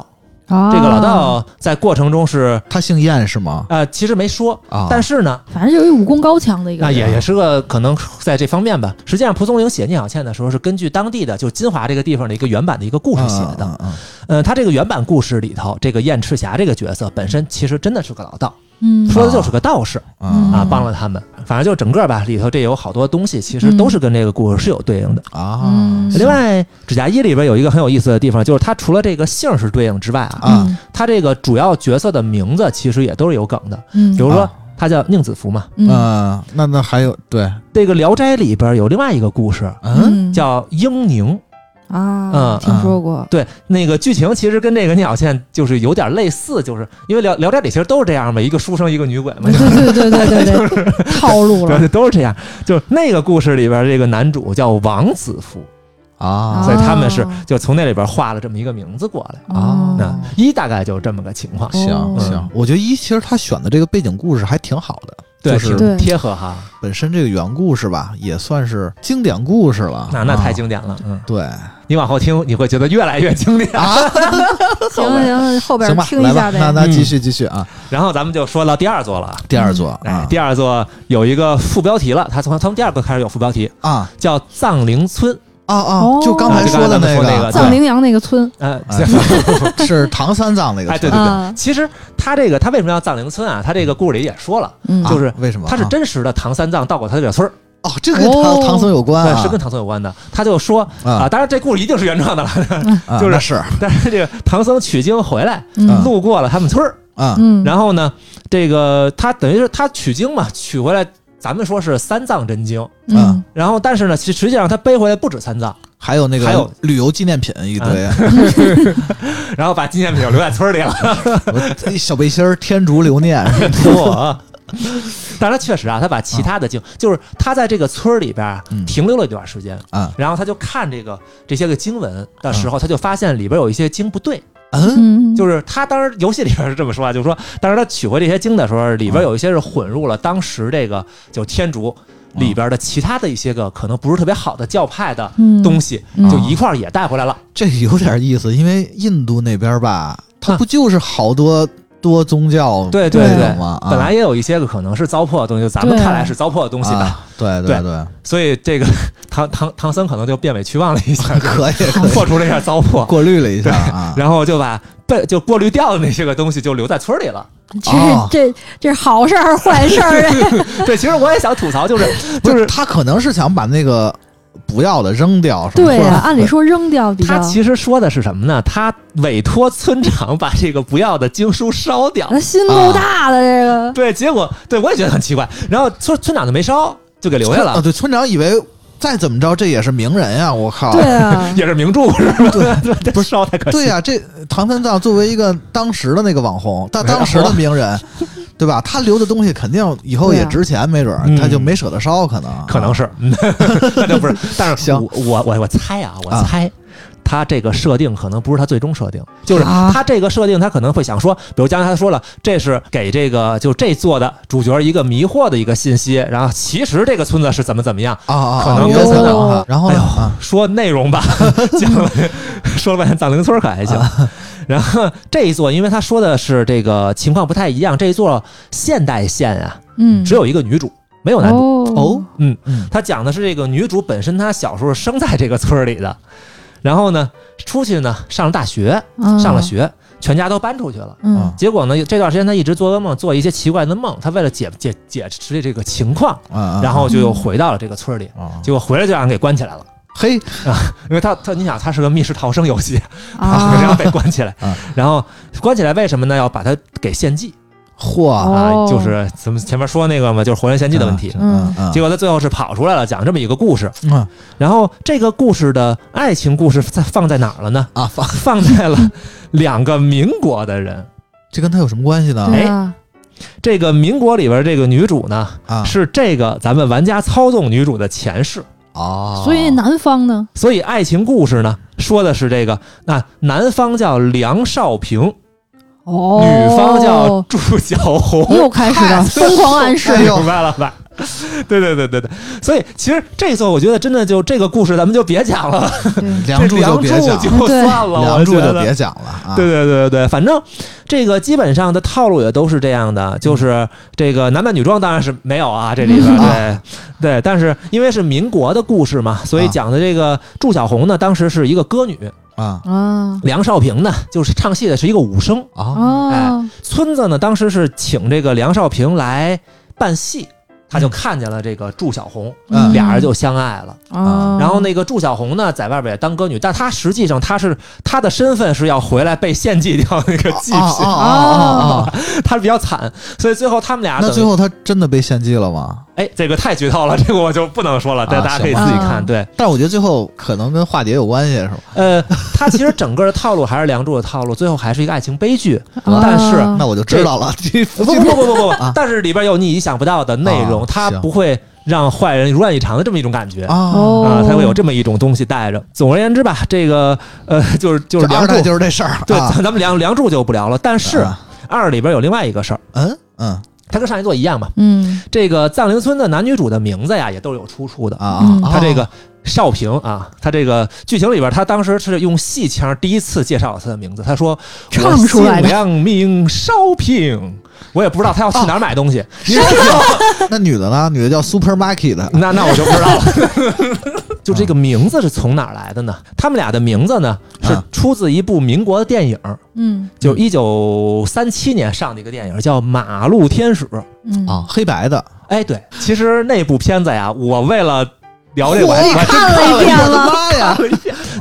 F: 啊
G: 这个老，道在过程中是
A: 他姓燕是吗？
G: 呃，其实没说，
A: 啊，
G: 但是呢，
F: 反正就是武功高强的一个
G: 那
F: 人，
G: 啊
F: 啊
G: 也也是个可能在这方面吧。实际上，蒲松龄写聂小倩的时候是根据当地的就金华这个地方的一个原版的一个故事写的。
A: 嗯，嗯嗯
G: 呃，他这个原版故事里头，这个燕赤霞这个角色本身其实真的是个老道，
F: 嗯，
G: 说的就是个道士。
A: 嗯
G: 啊
F: 嗯，
G: 帮了他们。反正就整个吧，里头这有好多东西，其实都是跟这个故事是有对应的。
A: 啊
F: 嗯
G: 另外，《指甲衣》里边有一个很有意思的地方，就是它除了这个姓是对应之外啊，
A: 啊
F: 嗯
G: 它这个主要角色的名字其实也都是有梗的。
F: 嗯，
G: 比如说啊
A: 啊，
G: 他叫宁子福嘛。
F: 嗯
A: 嗯，那那还有对，
G: 这个《聊斋》里边有另外一个故事
A: 嗯，
G: 叫英宁，
F: 啊
G: 嗯，
F: 听说过，
G: 对，那个剧情其实跟这个聂小倩就是有点类似，就是因为聊《聊斋》里其实都是这样嘛，一个书生一个女鬼嘛
F: 对，对对对对对对，套路 了
G: 对，嗯都是这样。就是那个故事里边这个男主叫王子福，
A: 啊
F: 啊
G: 所以他们是就从那里边画了这么一个名字过来。
A: 啊
G: 那一大概就是这么个情况，
A: 行
F: 哦
A: 行，我觉得一其实他选的这个背景故事还挺好的，
G: 对，
A: 就是
F: 对
G: 挺贴合哈。
A: 本身这个原故事吧，也算是经典故事了。
G: 那那
A: 啊
G: 太经典了，嗯，
A: 对
G: 你往后听你会觉得越来越经典。
A: 啊，
F: 行了行了，后边
A: 行吧，
F: 听
A: 来
F: 一
A: 吧，
F: 下
A: 那
F: 呗，
G: 嗯
A: 那继续继续啊，
G: 然后咱们就说到第二座了，
A: 第二座
G: 哎
A: 啊，
G: 第二座有一个副标题了，它从从第二个开始有副标题，
A: 啊
G: 叫藏灵村，
A: 啊啊
F: 哦，
A: 就刚才说的那
G: 啊就刚才咱们说那个
F: 藏
A: 对
F: 羚羊那个村
G: 呃，
A: 哎是唐三藏那个村，
G: 哎，对对
F: 啊
G: 对，其实它这个它为什么叫藏灵村啊？它这个故事里也说了，
F: 嗯
A: 啊
G: 就是
A: 为什么
G: 它是
A: 啊
G: 真实的唐三藏到过他这个村儿，
A: 哦，这跟唐
F: 哦
A: 唐僧有关
G: 对，
A: 啊，
G: 是跟唐僧有关的。他就说啊，
A: 啊，
G: 当然这故事一定是原创的了，
A: 啊
G: 就是
A: 那是
G: 但是这个唐僧取经回来，
A: 啊
F: 嗯
G: 路过了他们村儿，
A: 啊
F: 嗯，
G: 然后呢，这个他等于是他取经嘛，取回来，咱们说是三藏真经，
F: 嗯
G: 然后但是呢，其实实际上他背回来不止三藏，
A: 还有那个
G: 还有嗯
A: 旅游纪念品一堆，
G: 然后把纪念品留在村里了。
A: 我小背心儿天竺留念，
G: 嚯！ 但是他确实啊，他把其他的经，就是他在这个村儿里边啊
A: 嗯
G: 停留了一段时间，
A: 啊
G: 然后他就看这个这些个经文的时候，他就发现里边有一些经不对，
A: 嗯
F: 嗯，
G: 就是是他当时游戏里边是这么说啊，就是说，当时他取回这些经的时候，里边有一些是混入了当时这个就天竺
F: 嗯
G: 里边的其他的一些个可能不是特别好的教派的东西，
F: 嗯
G: 就一块儿也带回来了。
A: 这有点意思，因为印度那边吧，它不就是好多多宗教
G: 嗯对
F: 对
A: 那
F: 对
A: 种吗？啊
G: 本来也有一些个可能是糟粕的东西，就咱们
F: 嗯对嗯
G: 看来是糟粕的东西吧，
A: 啊，对
G: 对
A: 对，
G: 所以这个 唐唐唐僧可能就变委屈忘了一 下，
A: 可以可 以
G: 破除了一下糟粕，
A: 过滤了一下 啊，
G: 然后就把被就过滤掉的那些个东西就留在村里了。
A: 哦
F: 这这这是好事儿坏事 儿啊？
G: 对，其实我也想吐槽，就是
A: 不
G: 就是
A: 是他可能是想把那个不要的扔掉，是吧
F: 对啊
A: 或者
F: 呀，按理说扔掉比较
G: 他，其实说的是什么呢？他委托村长把这个不要的经书烧掉。
F: 那心够
G: 啊
F: 大的这个，
G: 对，结果对我也觉得很奇怪。然后村村长就没烧，就给留下
A: 啊，
G: 了，
A: 对，村长以为再怎么着这也是名人呀，我靠，
F: 对啊，
G: 也是名著，是吧？对， 不烧太可惜。
A: 对呀、这唐三藏作为一个当时的那个网红，但当时的名 人，对吧？他留的东西肯定以后也值钱，没准儿
G: 嗯
A: 他就没舍得烧，可能
G: 可能是，嗯 那就不是。但是
A: 行
G: 我，我我我猜啊，我
A: 啊
G: 猜。他这个设定可能不是他最终设定，就是
A: 啊
G: 他这个设定，他可能会想说，比如刚才他说了，这是给这个就这座的主角一个迷惑的一个信息，然后其实这个村子是怎么怎么样，
A: 啊啊，
G: 可
A: 啊
G: 能
A: 有可
F: 有
A: 能啊。然后
G: 哎
A: 呢
G: 呦
A: 啊，
G: 说内容 吧，讲了说了半天藏灵村可还行。
F: 啊
G: 然后这一座，因为他说的是这个情况不太一样，这一座现代县啊，
F: 嗯，
G: 只有一个女主，没有男主。
F: 哦，
G: 嗯
A: 嗯，
G: 他讲的是这个女主本身，她小时候生在这个村儿里的，然后呢，出去呢上了大学，
F: 哦
G: 上了，学，全家都搬出去了。
F: 嗯
A: 啊
G: 结果呢，这段时间他一直做噩梦，做一些奇怪的梦。他为了解解解释这个情况，
A: 啊，
G: 然后就又回到了这个村里，
A: 啊，
G: 结果回来就让人给关起来了。
A: 嘿，
G: 因为他他，你想他是个密室逃生游戏，
F: 啊，
G: 然后被关起来
A: 啊，
G: 然后关起来为什么呢？要把他给献祭
A: 嚯，
G: 啊
F: 哦，
G: 就是咱们前面说那个嘛，就是活人献祭的问题。
A: 嗯嗯，
G: 结果他最后是跑出来了，讲这么一个故事。
A: 嗯
G: 然后这个故事的爱情故事在放在哪儿了呢？
A: 啊，放
G: 放在了两个民国的人。
A: 这跟他有什么关系
G: 哎
A: 呢？
F: 对啊，
G: 这个民国里边这个女主呢，
A: 啊，
G: 是这个咱们玩家操纵女主的前世。
A: 哦，
F: 所以南方呢，
G: 所以爱情故事呢，说的是这个，那男方叫梁少平，
F: 哦，
G: 女方叫哦祝小红。
F: 又开始 了疯狂暗示，
A: 哦哎呦
G: 明白了吧？ 对对对对对，所以其实这次我觉得真的就这个故事咱们就别讲了，
F: 对
A: 梁祝
G: 这
A: 就
G: 梁
A: 别
G: 祝
A: 讲，
G: 就算了，我
A: 梁祝
G: 觉
A: 就
G: 得
A: 别讲了啊。
G: 对对对对对，反正这个基本上的套路也都是这
A: 嗯
G: 样的，就是这个男扮女装当然是没有啊，这里边对对，但是因为是民国的故事嘛，所以
A: 嗯啊
G: 讲的这个祝小红呢，当时是一个歌女，
A: 啊
F: 啊
G: 梁少平呢就是唱戏的是一个武生，
A: 啊
G: 嗯
F: 啊，
G: 村子呢当时是请这个梁少平来办戏。他就看见了这个祝小红，
A: 嗯
G: 俩人就相爱了。
F: 啊，
G: 然后那个祝小红呢，在外边也当歌女，但她实际上她是她的身份是要回来被献祭掉那个祭
A: 啊
G: 品
A: 啊，啊啊！
G: 他比较惨，所以最后他们俩
A: 那
G: 等于
A: 最后他真的被献祭了吗？
G: 哎，这个太剧透了，这 个我就不能说了，大
A: 啊
G: 大家可以
A: 行
G: 自
F: 吧
G: 己
F: 啊
G: 看。对，
A: 但我觉得最后可能跟化蝶有关系，是吧？
G: 呃，他其实整个的套路还是《梁祝》的套路，最后还是一个爱情悲剧。
A: 哦
F: 啊
G: 但是
A: 那我就知道了。这
G: 不不不不不不
A: 啊，
G: 但是里边有你意想不到的内容
A: 啊，
G: 它
A: 行
G: 不会让坏人如愿以偿的这么一种感觉。
A: 啊，
F: 哦
G: 啊，它会有这么一种东西带着。总而言之吧，这个呃，就是就是
A: 这
G: 梁
A: 二
G: 祝
A: 代，就是这事儿。
G: 对，
A: 啊
G: 咱咱们梁梁祝就不聊了。但是
A: 啊
G: 二里边有另外一个事儿，
A: 嗯嗯
G: 它跟上一座一样嘛。
F: 嗯
G: 这个藏灵村的男女主的名字呀，也都是有出处的
A: 啊啊
F: 嗯，
A: 啊
G: 他这个少平啊，他这个剧情里边，他当时是用戏腔第一次介绍他的名字。他说：“
F: 唱不出来
G: 我
F: 的
G: 姓梁名少平。”我也不知道他要去哪儿买东西，
A: 你是那女的呢？女的叫 Supermarket 的
G: 那那我就不知道了。 就这个名字是从哪儿来的呢？他们俩的名字呢是
A: 啊
G: 出自一部民国的电影，
F: 嗯
G: 就一九三七年上的一个电影，叫《马路天使》。
F: 嗯
A: 啊，黑白的。
G: 哎，对，其实那部片子呀，我为了哦聊这个，我还
A: 嚯
G: 我还真
F: 看了一遍
A: 我的
F: 了，
A: 妈呀！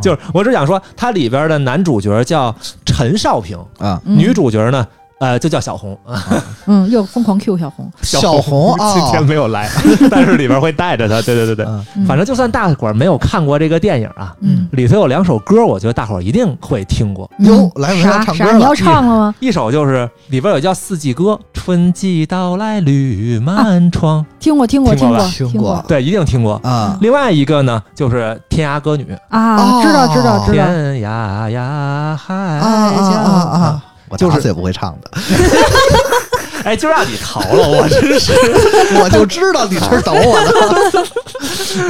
G: 就是我只想说，它里边的男主角叫陈少平，
A: 啊，
F: 嗯
G: 女主角呢，呃，就叫小红啊。
F: 嗯又疯狂 Q 小红，哦
A: 小红啊，
G: 今天没有来，但是里边会带着她。对对对对，
A: 嗯
F: 嗯
G: 反正就算大伙儿没有看过这个电影啊，
F: 嗯
G: 里头有两首歌，我觉得大伙儿一定会听过。
A: 嗯哟，来我
F: 啥
A: 要唱歌
F: 啥你要
A: 了。
F: 唱了吗？
G: 一首就是里边有叫《四季歌》，春季到来绿满窗，
F: 听过听过
G: 听过
F: 过
G: 吧
A: 听
F: 听
A: 过
G: 对，一定听过。
A: 啊
G: 另外一个呢，就是《天涯歌女》，
F: 啊，知道知道知道，
G: 天涯呀海
A: 啊
G: 角
A: 啊啊啊！我
G: 就是
A: 打死也不会唱的，
G: 哎，就让你逃
A: 哦
G: 了，我真 是。
A: 我就知道你是等我的。
G: 啊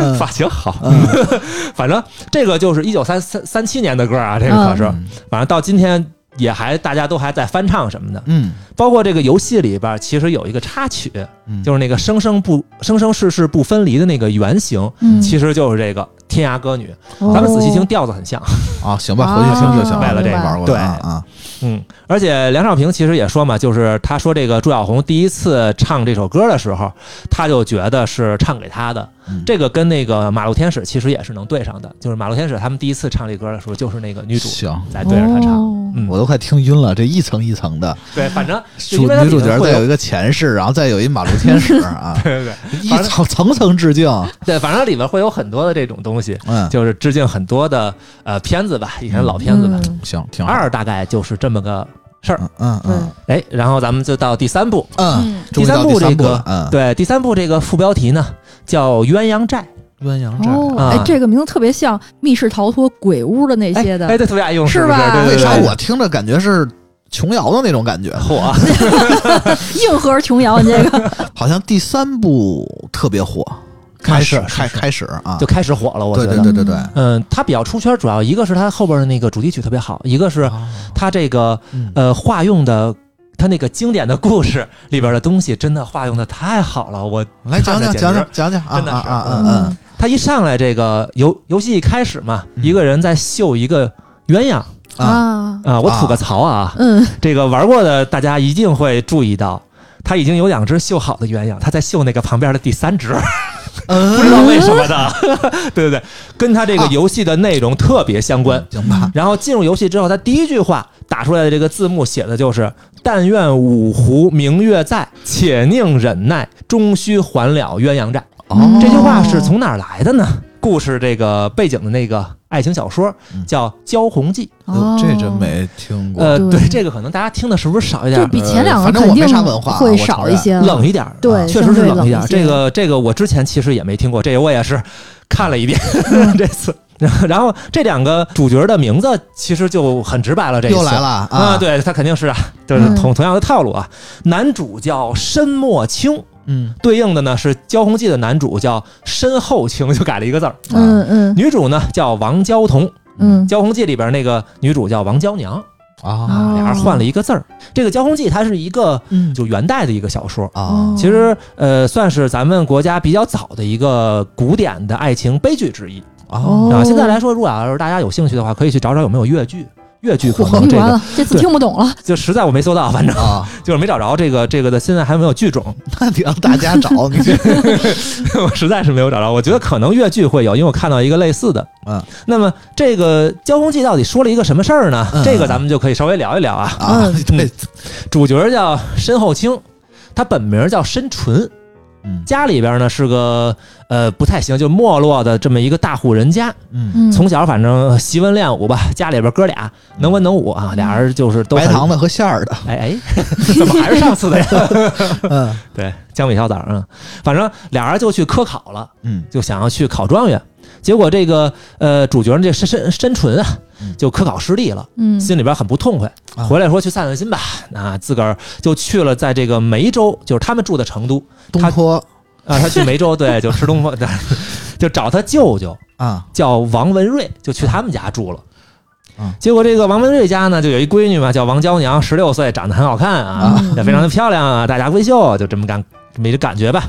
A: 嗯
G: 发型好， 反正这个就是一九三三三七年的歌啊，这个可是，反正到今天也还大家都还在翻唱什么的，
A: 嗯
G: 包括这个游戏里边其实有一个插曲，
A: 嗯，
G: 就是那个生生不生生世世不分离的那个原型，
F: 嗯，
G: 其实就是这个天涯歌女。
F: 哦
G: 咱们仔细听，调子很像，
A: 啊，行吧，回去听就行
G: 啊
A: 了。
G: 明白
A: 玩过
G: 对
A: 的啊
G: 嗯，而且梁少平其实也说嘛，就是他说这个朱小红第一次唱这首歌的时候，他就觉得是唱给他的。
A: 嗯
G: 这个跟那个《马路天使》其实也是能对上的，就是《马路天使》他们第一次唱这歌的时候，就是那个女主
A: 行，
G: 在对着他唱。
F: 哦
G: 嗯，
A: 我都快听晕了，这一层一层的，
G: 对，反正就
A: 主
G: 因为它
A: 女
G: 里
A: 主
G: 面
A: 角
G: 会
A: 再有
G: 有，
A: 一个前世，然后再有一马路天使啊
G: 对对对
A: 一
G: 反正
A: 层层层致敬。
G: 对，反正里面会有很多的这种东西，
A: 嗯，
G: 就是致敬很多的呃片子吧，以前老片子吧。
F: 嗯
A: 行，挺好。
G: 二大概就是这么个，
A: 嗯嗯嗯
G: 哎，然后咱们就到第三部。
A: 嗯，
F: 嗯
A: 终于到第
G: 第三
A: 三
G: 部
A: 部
G: 这个
A: 了。嗯，
G: 对，第三部这个副标题呢叫《鸳鸯寨》。
A: 鸳鸯
F: 哦，
G: 啊
F: 哎，这个名字特别像密室逃脱、鬼屋的那
G: 哎
F: 些的
G: 哎，，对，特别爱用，
F: 是
G: 不是？
F: 吧
G: 对
A: 为
G: 对对，
A: 啥我听着感觉是琼瑶的那种感觉？
G: 火？啊
F: 硬核琼瑶，你这个
A: 好像第三部特别火，开始
G: 啊是是
A: 开
G: 是
A: 开始啊
G: 就，开始火了，我觉
A: 对
G: 得。
A: 对对对对，
G: 嗯，它比较出圈，主要一个是它后边的那个主题曲特别好，一个是它这个
A: 嗯
G: 呃化用的，它那个经典的故事里边的东西真的化用的太好了。我
A: 来讲讲
G: 看着简
A: 讲
G: 直
A: 讲讲讲啊
G: 真的
A: 啊
G: 是
A: 啊嗯
G: 它一上来这个游游戏一开始嘛，
A: 嗯
G: 一个人在绣一个鸳鸯，
A: 嗯啊，
F: 啊，
G: 啊、我吐个槽啊，
F: 嗯，
G: 这个玩过的大家一定会注意到，他已经有两只绣好的鸳鸯，他在绣那个旁边的第三只，
A: 嗯啊呃
G: 不知道为什么的，
F: 嗯
G: 对对对，跟他这
F: 啊
G: 个游戏的内容特别相关。
A: 行吧，
G: 然后进入游戏之后，他第一句话打出来的这个字幕写的就是“但愿五湖明月在，且宁忍耐，终须还了鸳鸯债”
A: 哦
G: 这句话是从哪儿来的呢？故事这个背景的那个爱情小说
A: 嗯
G: 叫《焦红记》，
A: 哟
F: 哦
A: 这真没听过。
G: 呃，
F: 对
G: 对这个可能大家听的是不是少一点
F: 就
G: 儿？
F: 比前两
A: 呃反
F: 个
A: 正我
F: 肯
A: 没
F: 定
A: 啥文化啊
F: 会
A: 我
F: 少
A: 承
F: 一
A: 认
F: 些了，
G: 啊冷一点儿，
F: 嗯
G: 啊
F: 对
G: 确实是
F: 相对
G: 冷一点
F: 冷
G: 儿。
F: 一些
G: 这个这个我之前其实也没听过，这个我也是看了一遍、
F: 嗯
G: 这次。然后这两个主角的名字其实就很直白了，这一次
A: 又来了
G: 啊，，对他肯定是啊，就是
F: 嗯
G: 同同样的套路啊。男主叫申墨清，
A: 嗯，
G: 对应的呢是《焦红记》的男主叫申后清，就改了一个字儿。
F: 嗯嗯
G: 女主呢叫王娇彤，《
F: 嗯，
G: 焦红记》里边那个女主叫王娇娘，
A: 啊
G: 啊，
F: 哦
G: 俩人换了一个字儿。这个《焦红记》它是一个
A: 嗯
G: 就元代的一个小说，
A: 啊，
G: 其实呃，算是咱们国家比较早的一个古典的爱情悲剧之一
A: 哦
G: 啊。
F: 哦
G: 现在来说，如果要是大家有兴趣的话，可以去找找有没有越剧。越剧可
F: 嚯
G: 能这
F: 完
G: 个
F: 了，这次
G: 对
F: 听不懂了，
G: 就实在我没搜到，反 正
A: 啊，
G: 就是没找着这个这个的，现在还没有剧种，
A: 那得让大家找你这，
G: 我实在是没有找着。我觉得可能越剧会有，因为我看到一个类似的。
A: 嗯，
G: 那么这个《交通记》到底说了一个什么事儿呢？
A: 嗯
G: 这个咱们就可以稍微聊一聊啊。
A: 啊，对，
G: 主角叫申后清，他本名叫申纯，
A: 嗯
G: 家里边呢是个呃不太行，就没落的这么一个大户人家。
A: 嗯，嗯
F: 嗯，
G: 从小反正呃习文练武吧，家里边哥俩能文能武啊，俩人就是都
A: 白
G: 很
A: 糖的和馅儿的，
G: 哎 哎，怎么还是上 次的呀？
A: 嗯
G: 对，江米小枣，嗯，反正俩人就去科考了，
A: 嗯
G: 就想要去考状元。结果这个呃主角呢，这申申申纯啊
A: 嗯，
G: 就科考失利了，
F: 嗯
G: 心里边很不痛快
A: 啊，
G: 回来说去散散心吧。那自个儿就去了，在这个梅州，就是他们住的成都
A: 东
G: 他
A: 坡
G: 啊，他去梅州，对，就吃东风，对就找他舅舅
A: 啊，
G: 叫王文瑞，就去他们家住了
A: 嗯。
G: 结果这个王文瑞家呢，就有一闺女嘛，叫王娇娘，十六岁，长得很好看啊，
F: 嗯
G: 也非常的漂亮啊，大家闺秀，就这么感这么一个感觉吧。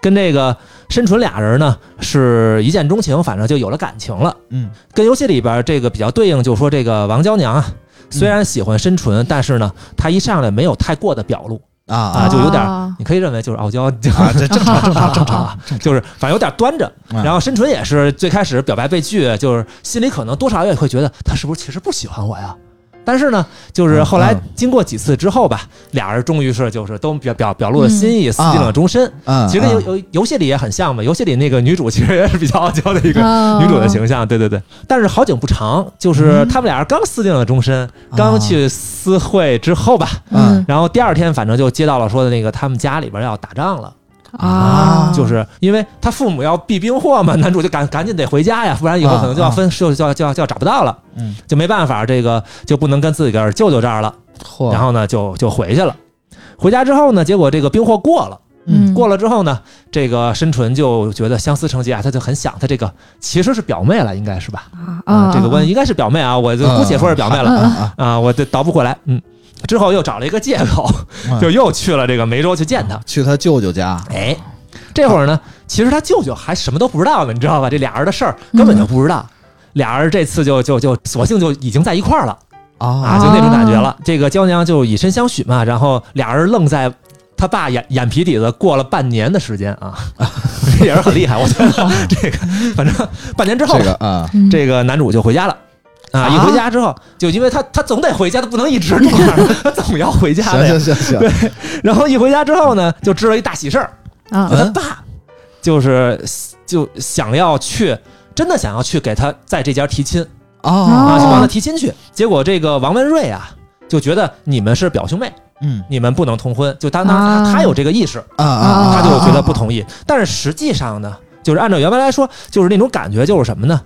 G: 跟这个申纯俩人呢是一见钟情，反正就有了感情了。
A: 嗯，
G: 跟游戏里边这个比较对应，就说这个王娇娘啊，
A: 嗯
G: 虽然喜欢申纯，但是呢，她一上来没有太过的表露，
A: 啊
G: 啊就有点
F: 啊
G: 你可以认为就是傲娇，就
A: 啊，这正常正常正常，
G: 啊，就是反正有点端着。
A: 嗯
G: 然后申纯也是最开始表白被拒，就是心里可能多少也会觉得他是不是其实不喜欢我呀？但是呢，就是后来
A: 嗯
G: 经过几次之后吧，俩人终于是就是都表表表露了心意，私
A: 啊
G: 定了终身。
A: 嗯，
G: 其实游游游戏里也很像嘛，游戏里那个女主其实也是比较傲娇的一个
F: 啊
G: 女主的形象，对对对。但是好景不长，就是他们俩人刚私定了终身，
A: 啊
G: 刚去私会之后吧，
A: 嗯
G: 然后第二天反正就接到了说的那个他们家里边要打仗了。
F: 啊，
G: 就是因为他父母要避兵祸嘛，男主就赶赶紧得回家呀，不然以
F: 嗯
G: 后可能就要分，就就要就要就要找不到了，
A: 嗯，
G: 就没办法，这个就不能跟自己个儿舅舅这儿了，
A: 嚯，
G: 然后呢就就回去了。回家之后呢，结果这个兵祸过了，
F: 嗯
G: 过了之后呢，这个申纯就觉得相思成疾啊，他就很想他这个其实是表妹了，应该是吧？
F: 啊啊，嗯
G: 这个问应该是表妹啊，我就姑且说是表妹了
A: 啊
G: 啊
A: 啊
G: 啊，我这倒不过来，嗯。之后又找了一个借口，
A: 嗯
G: 就又去了这个梅州去见他。
A: 去他舅舅家，
G: 哎，这会儿呢，其实他舅舅还什么都不知道呢，你知道吧？这俩人的事儿根本就不知道。嗯俩人这次就就就索性就已经在一块儿了啊，
A: 啊
G: 就那种感觉了。这个娇娘就以身相许嘛，然后俩人愣在他爸眼眼皮底子过了半年的时间 啊，这也是很厉害，我觉得 这个反正半年之后
A: 这，个啊，
F: 嗯
G: 这个男主就回家了。啊！
A: 啊
G: 一回家之后，就因为他他总得回家，他不能一直这样， 他总要回家
A: 行
G: 的呀
A: 行。行行，
G: 然后一回家之后呢，就知道一大喜事儿，
F: 啊
A: 嗯
G: 他爸就是就想要去，真的想要去给他在这家提亲啊，
A: 哦
G: 就帮他提亲去。结果这个王文瑞啊，就觉得你们是表兄妹，
A: 嗯
G: 你们不能通婚，就当当他
F: 啊
G: 他有这个意识，
A: 啊啊，
G: 他就觉得不同意。但是实际上呢，就是按照原文来说，就是那种感觉就是什么呢？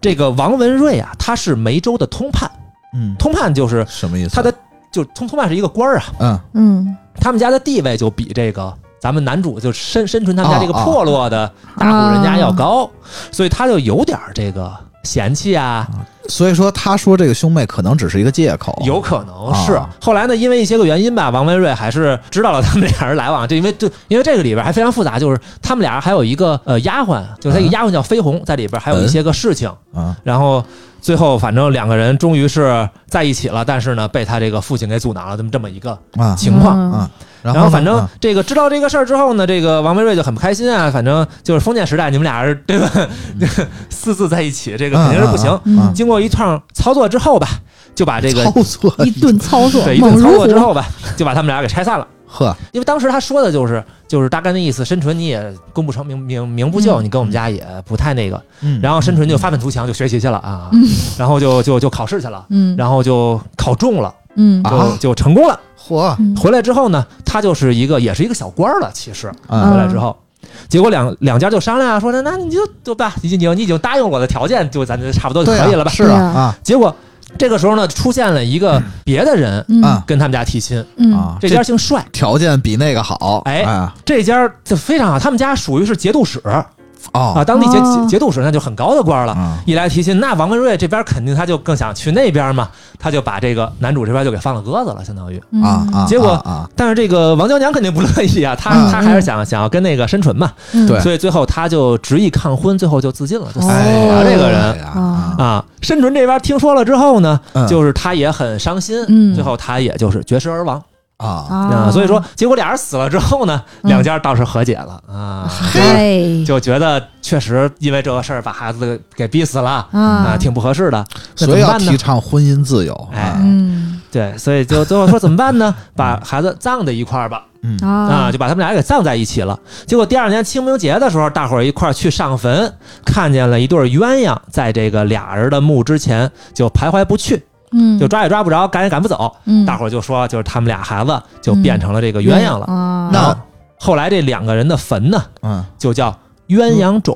G: 这个王文瑞啊，他是梅州的通判，
A: 嗯，
G: 通判就是
A: 什么意思？
G: 他的就通通判是一个官儿啊，
A: 嗯
F: 嗯
G: 他们家的地位就比这个咱们男主就申申纯他们家这个
A: 哦哦
G: 破
A: 啊哦
G: 落的大户人家要高，所以他就有点这个嫌弃啊，
A: 所以说他说这个兄妹可能只是一个借口，
G: 有可能
A: 啊
G: 是后来呢，因为一些个原因吧，王文瑞还是知道了他们俩人 来往，就因为就因为这个里边还非常复杂，就是他们俩还有一个呃丫鬟，就是他一个丫鬟叫飞鸿，在里边还有一些个事情，
A: 啊，
G: 然后最后反正两个人终于是在一起了，但是呢被他这个父亲给阻挠了，这么这么一个
A: 啊
G: 情况。
F: 嗯
A: 啊，然
G: 然
A: 后
G: 后
A: 呢
G: 反正
A: 啊
G: 这个知道这个事儿之后呢，这个王文瑞就很不开心啊。反正就是封建时代，你们俩人对吧？ 私自在一起，这个肯定是不行。
A: 嗯啊啊
G: 经过一趟操作之后吧，就把这个
A: 操作
F: 一顿操作
G: 对一
F: 猛
G: 顿操
F: 如
G: 作之
F: 虎，
G: 后吧，就把他们俩给拆散了。
A: 呵，
G: 因为当时他说的就是就是大概那意思，申纯你也功不成名名名不就，
F: 嗯
G: 你跟我们家也不太那个。
A: 嗯
G: 然后申纯就发愤图强，就学习去了啊，然后就就就考试去了，
F: 嗯，
G: 然后就考中了，
F: 嗯
A: 啊
G: 就就成功了。
A: 嚯，
F: 嗯
G: 回来之后呢，他就是一个也是一个小官儿了，其实
A: 嗯
G: 回来之后。结果两两家就商量啊，说那那你就就吧，已经你已经答应我的条件，就咱就差不多就
A: 对啊
G: 可以了吧。
A: 是
F: 对
A: 啊
F: 啊
A: 啊
G: 结果这个时候呢，出现了一个别的人
F: 嗯
A: 啊
G: 跟他们家提亲，
F: 嗯
A: 啊，
G: 这家姓帅，
A: 条件比那个好，
G: 哎
A: 啊
G: 这家就非常好，他们家属于是节度使啊，
A: 哦
G: 当地节
F: 哦
G: 节节度使那就很高的官了。
A: 啊
G: 一来提亲，那王文瑞这边肯定他就更想去那边嘛，他就把这个男主这边就给放了鸽子了，相当于。
F: 嗯
A: 啊啊，
G: 结果
A: 啊
G: 但是这个王娇娘肯定不乐意啊，她
A: 嗯
G: 她还是想想要跟那个申纯嘛，
F: 嗯
A: 对
G: 所以最后她就执意抗婚，最后就自尽了，就死
A: 啊
G: 了
A: 哎呀
F: 哦
G: 这个人
A: 哎呀啊
G: 啊。申纯这边听说了之后呢，
A: 嗯
G: 就是他也很伤心，
F: 嗯
G: 最后他也就是绝食而亡
A: 啊
F: 啊
G: 啊。所以说，结果俩人死了之后呢，
F: 嗯
G: 两家倒是和解了啊。
F: 嘿
G: 就觉得确实因为这个事儿把孩子给逼死了啊，
F: 啊，
G: 挺不合适的。那
A: 所以
G: 怎么
A: 要
G: 办呢
A: 提倡婚姻自由，
G: 哎
A: 啊
F: 嗯
G: 对，所以就最后说怎么办 呢？把孩子葬在一块儿吧，
A: 嗯
F: 啊
G: 啊，就把他们俩给葬在一起了。结果第二年清明节的时候，大伙儿一块儿去上坟，看见了一对鸳鸯在这个俩人的墓之前就徘徊不去，
F: 嗯
G: 就抓也抓不着，赶也赶不走。
F: 嗯
G: 大伙儿就说，就是他们俩孩子就变成了这个鸳鸯了。
F: 啊，
A: 那
G: 然后后来这两个人的坟呢，
A: 嗯
G: 就叫鸳鸯冢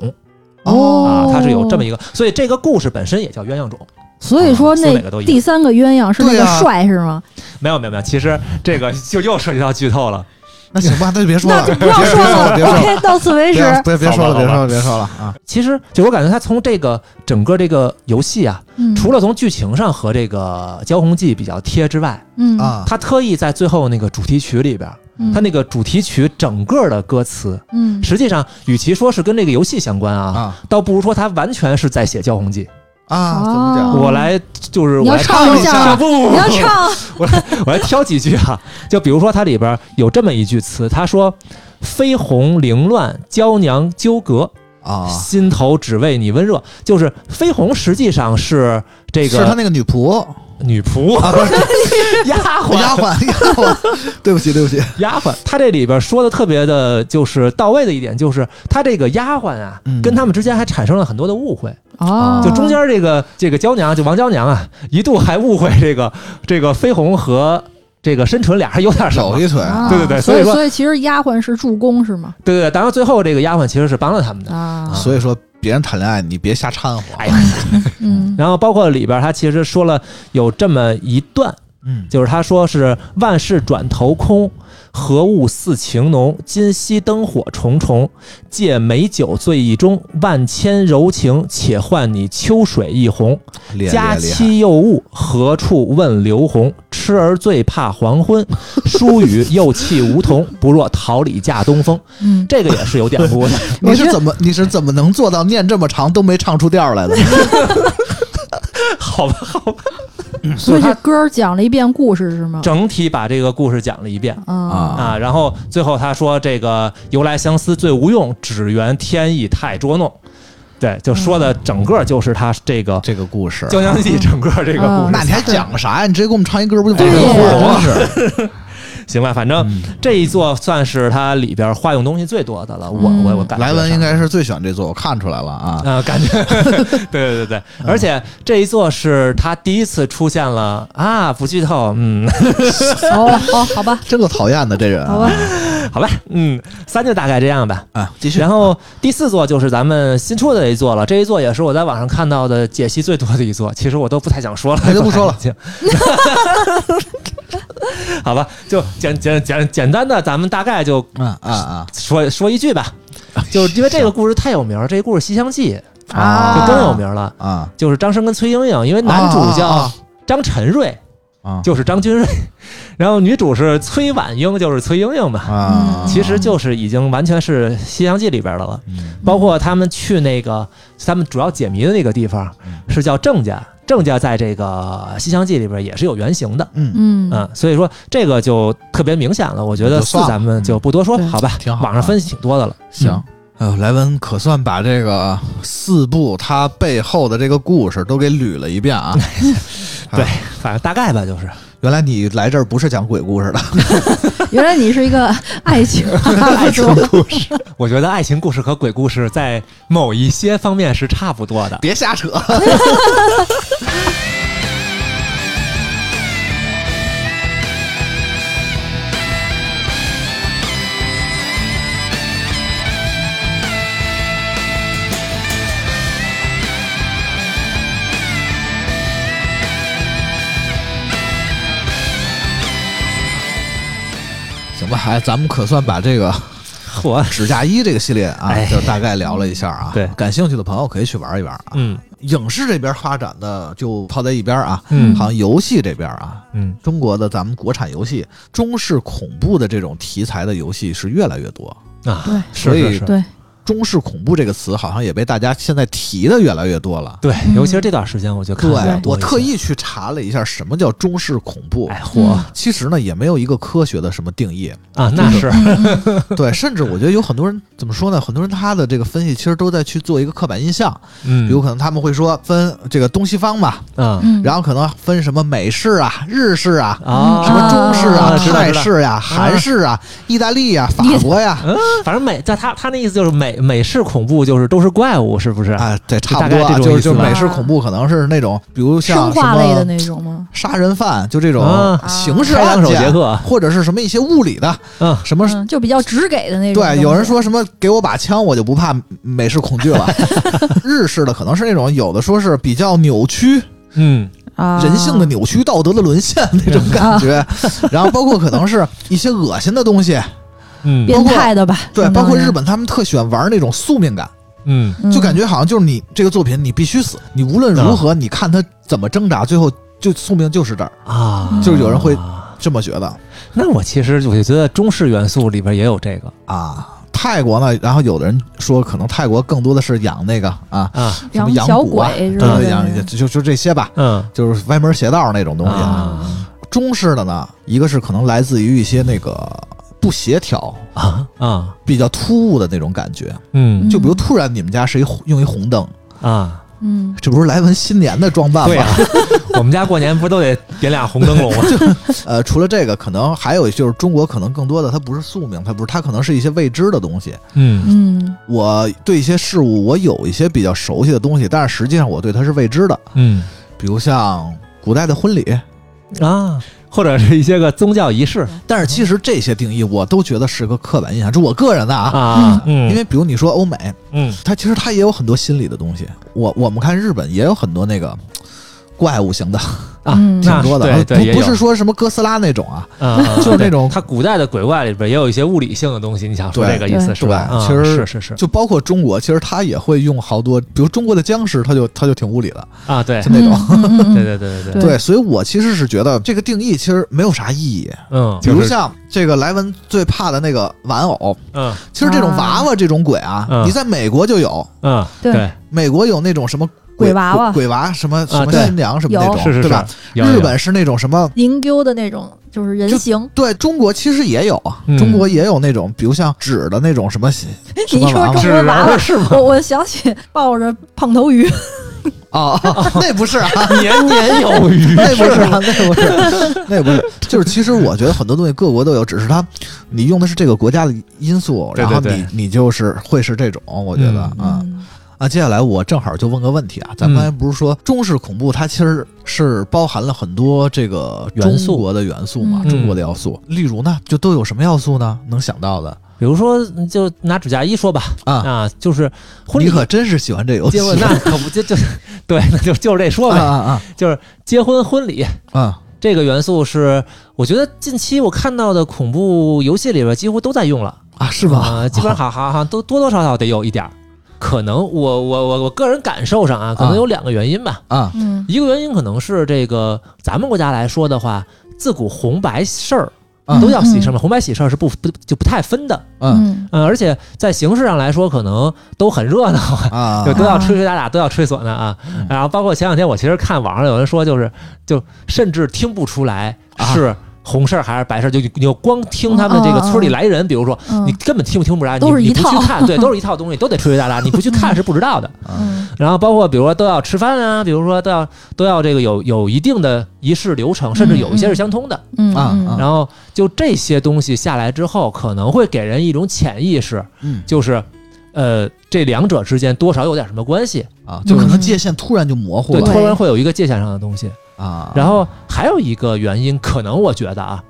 G: 啊
F: 哦，，
G: 它是有这么一个，所以这个故事本身也叫鸳鸯冢。
F: 所以说
G: 啊说
F: 那
G: 哪个都一样
F: 第三个鸳鸯是那
A: 对
F: 个
A: 啊
F: 帅是吗？
G: 没有没有没有，其实这个就又涉及到剧透了。
A: 那行吧，那就别说
F: 那
A: 了，
F: 就不要说了
A: 别说了，啊
F: ，OK，到此为止。
A: 别别别说了，
G: 好吧
A: 别
G: 好吧
A: 说了，别说了啊！
G: 其实就我感觉，它从这个整个这个游戏啊，
F: 嗯
G: 除了从剧情上和这个《交红记》比较贴之外，
F: 嗯
A: 啊，
G: 他特意在最后那个主题曲里边，
F: 嗯
G: 他那个主题曲整个的歌词，
F: 嗯
G: 实际上与其说是跟这个游戏相关啊，
A: 啊
G: 倒不如说他完全是在写《交红记
A: 啊，怎么
F: 哦
A: 讲？》。
G: 我来就是
F: 你
G: 我
F: 要
G: 来
F: 唱一下
G: 不不不
F: 你要唱
G: 我来挑几句啊，就比如说它里边有这么一句词，他说：“飞鸿凌乱，娇娘纠葛，
A: 啊，
G: 心头只为你温热。”就是飞鸿实际上是这
A: 是他
G: 个
A: 那个女仆
G: 女仆、
A: 啊，不是
G: 丫
A: 丫
G: 鬟、
A: 鬟，丫鬟，对不起，对不起，
G: 丫鬟。他这里边说的特别的，就是到位的一点，就是他这个丫鬟啊
A: 嗯，
G: 跟他们之间还产生了很多的误会。
A: 啊
F: 哦
G: 就中间这个这个娇娘，就王娇娘啊，一度还误会这个这个飞鸿和这个申纯俩还有点什么
A: 手。一腿，
F: 啊
G: 对对对
F: 所
G: 所以说
F: 所以其实丫鬟是助攻是吗？
G: 对对对，当然最后这个丫鬟其实是帮了他们的。
F: 啊，
A: 所以说别人谈恋爱你别瞎掺和，
G: 哎呀，
F: 嗯
G: 然后包括里边他其实说了有这么一段，
A: 嗯，
G: 就是他说是万事呃转头空，何物似情浓？今夕灯火重重，借美酒醉意中，万千柔情且换你秋水一红。
A: 厉害
G: 佳
A: 厉害厉害，
G: 期又物，何处问刘红？痴儿最怕黄昏， 疏雨又气梧桐，不若桃李嫁东风。
F: 嗯，
G: 这个也是有典故的。
A: 你是怎么你是怎么能做到念这么长都没唱出调来的？
G: 好吧，好吧。
F: 所以
G: 嗯他
F: 这歌儿讲了一遍故事是吗？
G: 整体把这个故事讲了一遍
F: 啊
G: 啊，然后最后他说这个由来相思最无用，只缘天意太捉弄。对，就说的整个就是他这个《
A: 这个故事，啊
G: 江江记》整个这个故
F: 嗯
G: 事。
A: 哦那你还讲啥呀？你直接给我们唱一歌不就完
F: 对
A: 了
G: 呀
A: 吗？真是，
G: 行吧，反
A: 嗯
G: 正这一座算是它里边化用东西最多的了。我
F: 嗯
G: 我我感觉
A: 莱
G: 上
A: 文应该是最喜欢这座，我看出来了啊。
G: 啊、感觉对对对对，
A: 嗯
G: 而且这一座是他第一次出现了啊，不剧透，嗯，
F: 哦哦，好吧，
A: 真够讨厌的这人
F: 好吧
A: 啊！
G: 好吧，嗯，三就大概这样吧。
A: 啊，继续
G: 然后第四座就是咱们新出的一座了，这一座也是我在网上看到的解析最多的一座，其实我都不太想说了，
A: 那就不说了
G: 已经。 好吧，就简简简简单的，咱们大概就
A: 嗯啊啊哎
G: 说说一句吧，就是因为这个故事太有名儿，这个故事《西厢记》
A: 啊
G: 就更有名了。
A: 啊
G: 就是张生跟崔莺莺，因为男主叫张晨瑞，
A: 啊
G: 就是张君瑞，然后女主是崔婉英，就是崔莺莺嘛。
A: 啊，
G: 其实就是已经完全是《西厢记》里边的了，
A: 嗯
G: 包括他们去那个他们主要解谜的那个地方
A: 嗯
G: 是叫郑家，郑家在这个《西厢记》里边也是有原型的，
A: 嗯，
F: 嗯
G: 嗯，所以说这个就特别明显了。我觉得
A: 就算了
G: 咱们就不多说，
F: 嗯
G: 好吧？
A: 挺好
G: 网上分析挺多的了，
A: 行。哎呦，莱文可算把这个四部它背后的这个故事都给捋了一遍啊！
G: 对，反正大概 吧，就是
A: 原来你来这儿不是讲鬼故事的，
F: 原来你是一个 爱情爱情
G: 我觉得爱情故事和鬼故事在某一些方面是差不多的。
A: 别瞎 扯。行吧，哎，咱们可算把这个
G: 我
A: 指甲衣这个系列啊
G: 哎，
A: 就大概聊了一下啊。
G: 对
A: 感兴趣的朋友可以去玩一玩啊。
G: 嗯
A: 影视这边发展的就抛在一边啊，
G: 嗯
A: 好像游戏这边啊，
G: 嗯，
A: 中国的咱们国产游戏，中式恐怖的这种题材的游戏是越来越多，
G: 啊，
F: 对
G: 是
A: 所
G: 是
A: 以
G: 是，
F: 对，
A: 中式恐怖这个词好像也被大家现在提的越来越多了。
G: 对，
F: 嗯
G: 尤其是这段时间，我就看
A: 对
G: 得比较多
A: 我
G: 一些
A: 特意去查了一下什么叫中式恐怖，
G: 哎嚯
A: 其实呢也没有一个科学的什么定 义。
G: 啊，那是
F: 嗯
A: 对，甚至我觉得有很多人怎么说呢？很多人他的这个分析其实都在去做一个刻板印象，
G: 嗯
A: 有可能他们会说分这个东西方嘛，
G: 啊
F: 嗯
A: 然后可能分什么美式啊、日式啊、
G: 啊
A: 什么中式啊、
G: 啊知道
A: 泰
G: 知道
A: 式呀、韩式啊、意大利呀、法国呀，
G: 嗯，反正美，在他他那意思就是美美式恐怖就是都是怪物，是不是？
A: 啊，对，差不
G: 大
A: 多
G: 概
A: 啊，
G: 这种
A: 就
G: 意
A: 是
G: 思
A: 就是
G: 吧
A: 美式恐怖可能是那种，比如像
F: 生
A: 什
F: 化类的
A: 么
F: 那种吗？
A: 杀人犯，就这种
G: 啊
A: 刑事
G: 开
A: 案
G: 膛手杰
A: 件，
G: 克，
A: 或者是什么一些物理的
G: 嗯，
A: 什么。
F: 嗯，就比较直给的那种东西。
A: 对，有人说什么给我把枪，我就不怕美式恐惧 了。日式的可能是那种有的说是比较扭曲，
G: 嗯
F: 啊
A: 人性的扭曲、道德的沦陷那种感觉，然后包括可能是一些恶心的东 西，
G: 嗯
F: 变态的吧？
A: 对，
F: 相
A: 包
F: 当于
A: 括日，本他们特喜欢玩那种宿命感，
G: 嗯，
F: 嗯
A: 就感觉好像就是你这个作品你必须死，你无论如何你看他怎么挣扎，最后就宿命就是这儿，
G: 啊，
A: 就是有人会这么觉得
G: 那我其实我就觉得中式元素里边也有这个
A: 啊。泰国呢，然后有的人说可能泰国更多的是养那个啊，
G: 啊，
A: 什么
F: 养
A: 养
F: 小
A: 蛊啊
F: 鬼之
A: 对
F: 类的
A: 对，养就就这些吧，
G: 嗯
A: 就是歪门邪道那种东西。
G: 啊
A: 中式的呢，一个是可能来自于一些那个不协调。
G: 啊啊，
A: 比较突兀的那种感觉，
G: 嗯
A: 就比如突然你们家是一红用一红灯，
G: 啊，
F: 嗯，
A: 这不是莱文新年的装扮
G: 对
A: 吗
G: 啊？， 我们家过年不都得点俩红灯笼吗？
A: 呃，除了这个，可能还有就是中国可能更多的它不是宿命，它不是它可能是一些未知的东西。
G: 嗯
F: 嗯
A: 我对一些事物我有一些比较熟悉的东西，但是实际上我对它是未知的，
G: 嗯
A: 比如像古代的婚礼。
G: 啊，或者是一些个宗教仪式
A: 但是其实这些定义我都觉得是个刻板印象，这我个人的啊。
G: 啊，嗯
A: 因为比如你说欧美，
G: 嗯
A: 它其实它也有很多心理的东西。我我们看日本也有很多那个怪物型的，
G: 啊，
F: 嗯
A: 挺多的，
G: 对对也
A: 不不
G: 有
A: 是说什么哥斯拉那种啊，
G: 啊，
A: 就是那种
G: 它古代的鬼怪里边也有一些物理性的东西，你想说
A: 对
G: 这个意思
F: 对
G: 是吧？
A: 对
G: 啊
A: 其实
G: 是是是
A: 就包括中国，其实他也会用好多，比如中国的僵尸，他就他就挺无理的，
G: 啊，对
A: 就那种。
F: 嗯嗯嗯
G: 对对对对
F: 对
A: 哎对，所以我其实是觉得这个定义其实没有啥意义。
G: 嗯，
A: 比如像这个莱文最怕的那个玩偶，
G: 嗯
A: 其实这种娃娃这种鬼啊，
G: 嗯
A: 你在美国就有，
G: 嗯
F: 对
G: 对，
A: 美国有那种什么
F: 鬼娃娃
A: 鬼鬼娃什么什么
G: 啊对
A: 新娘什么那
F: 有
A: 种，
G: 是是
A: 对
G: 是
A: 吧？，
G: 有
A: 日
G: 有
A: 本是那种什么。
F: 凝丢的那种，就是人 形。
A: 对中国其实也有啊，
G: 嗯
A: 中国也有那种，比如像纸的那种什么什
F: 你
A: 么
F: 说
A: 娃娃
F: 中国娃
G: 纸人
F: 娃
G: 儿是吗
F: 我我想起抱着胖头鱼，
A: 哦，那不 是啊，
G: 年年有 余
A: 那不是啊，那不是， 那不是，就是其实我觉得很多东西各国都有，只是它你用的是这个国家的因素，
G: 对
A: 然后
G: 对
A: 你你就是会是这种，我觉得啊
F: 嗯
A: 啊，接下来我正好就问个问题啊，咱们刚才不是说中式恐怖它其实是包含了很多这个
G: 元素
A: 中国的元素嘛，
F: 嗯
A: 中国的要素，例如呢就都有什么要素呢？能想到的
G: 比如说，嗯就拿指甲衣说吧，
A: 啊，
G: 啊，就是婚
A: 你
G: 礼
A: 可真是喜欢这游戏
G: 结 婚，那可不就 就对，那就就是这说
A: 啊
G: 呗，
A: 啊
G: 就是结婚婚礼
A: 啊啊，
G: 这个元素是，我觉得近期我看到的恐怖游戏里边几乎都在用了
A: 啊是吧？
G: 呃啊，基本上好好好像都多多少少得有一点儿可能我我我我个人感受上啊，可能有两个原因吧。
A: 啊，
F: 嗯
G: 一个原因可能是这个咱们国家来说的话，自古红白事儿
A: 嗯
G: 都叫喜事儿嘛，红白喜事儿是不不就不太分的。
A: 嗯
G: 嗯，而且在形式上来说，可能都很热闹，
A: 啊，嗯
G: 就都要吹吹打打，都要吹唢呐啊。 然后包括前两天我其实看网上有人说，就是就甚至听不出来
A: 啊
G: 是红事儿还是白事儿，就你就光听他们这个村里来人，比如说
F: 嗯
G: 你根本听不听不出来，
F: 都是
G: 你
F: 一
G: 你不去
F: 套
G: 看， 对，都是一套东西，都得吹吹打打，你不去看是不知道的。
A: 啊
F: 嗯
G: 然后包括比如说都要吃饭啊，比如说都要都要这个有有一定的仪式流程，甚至有一些是相通的。
F: 嗯
A: 啊
F: 嗯
A: 啊
G: 然后就这些东西下来之后，可能会给人一种潜意识，
A: 嗯
G: 就是呃这两者之间多少有点什么关系，
A: 啊，就可能界限突然就模糊
G: 对，
A: 了
G: 突然会有一个界限上的东西。
A: 啊。
G: 然后还有一个原因，可能我觉得啊，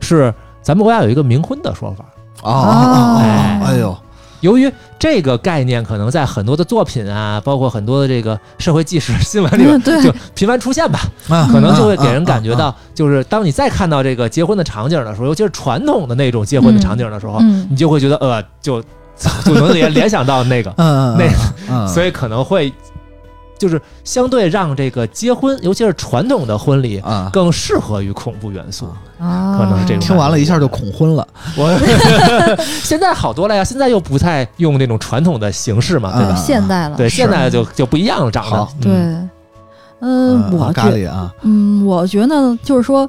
G: 是咱们国家有一个冥婚的说法。
A: 啊啊啊！哎呦，
G: 由于这个概念可能在很多的作品啊，包括很多的这个社会纪实新闻里边
F: 嗯对
G: 就频繁出现吧，嗯可
A: 可
G: 能就会给人感觉到，就是当你再看到这个结婚的场景的时候，尤其是传统的那种结婚的场景的时候，
F: 嗯
G: 你就会觉得呃，就就能联联想到那个，
A: 嗯
G: 所
A: 以
G: 以可能会就是相对让这个结婚，尤其是传统的婚礼，
A: 啊，
G: 更适合于恐怖元素。
F: 啊，
G: 可能是这种
A: 听完了一下就恐婚了，
G: 我现在好多了呀，现在又不太用那种传统的形式嘛，对吧？
A: 嗯
F: 现代了，
G: 对，
A: 是
G: 现在就就不一样了，长得
A: 好
F: 对
G: 嗯，
F: 嗯，我
A: 咖
F: 觉
A: 喱啊，
F: 嗯，我觉得就是说，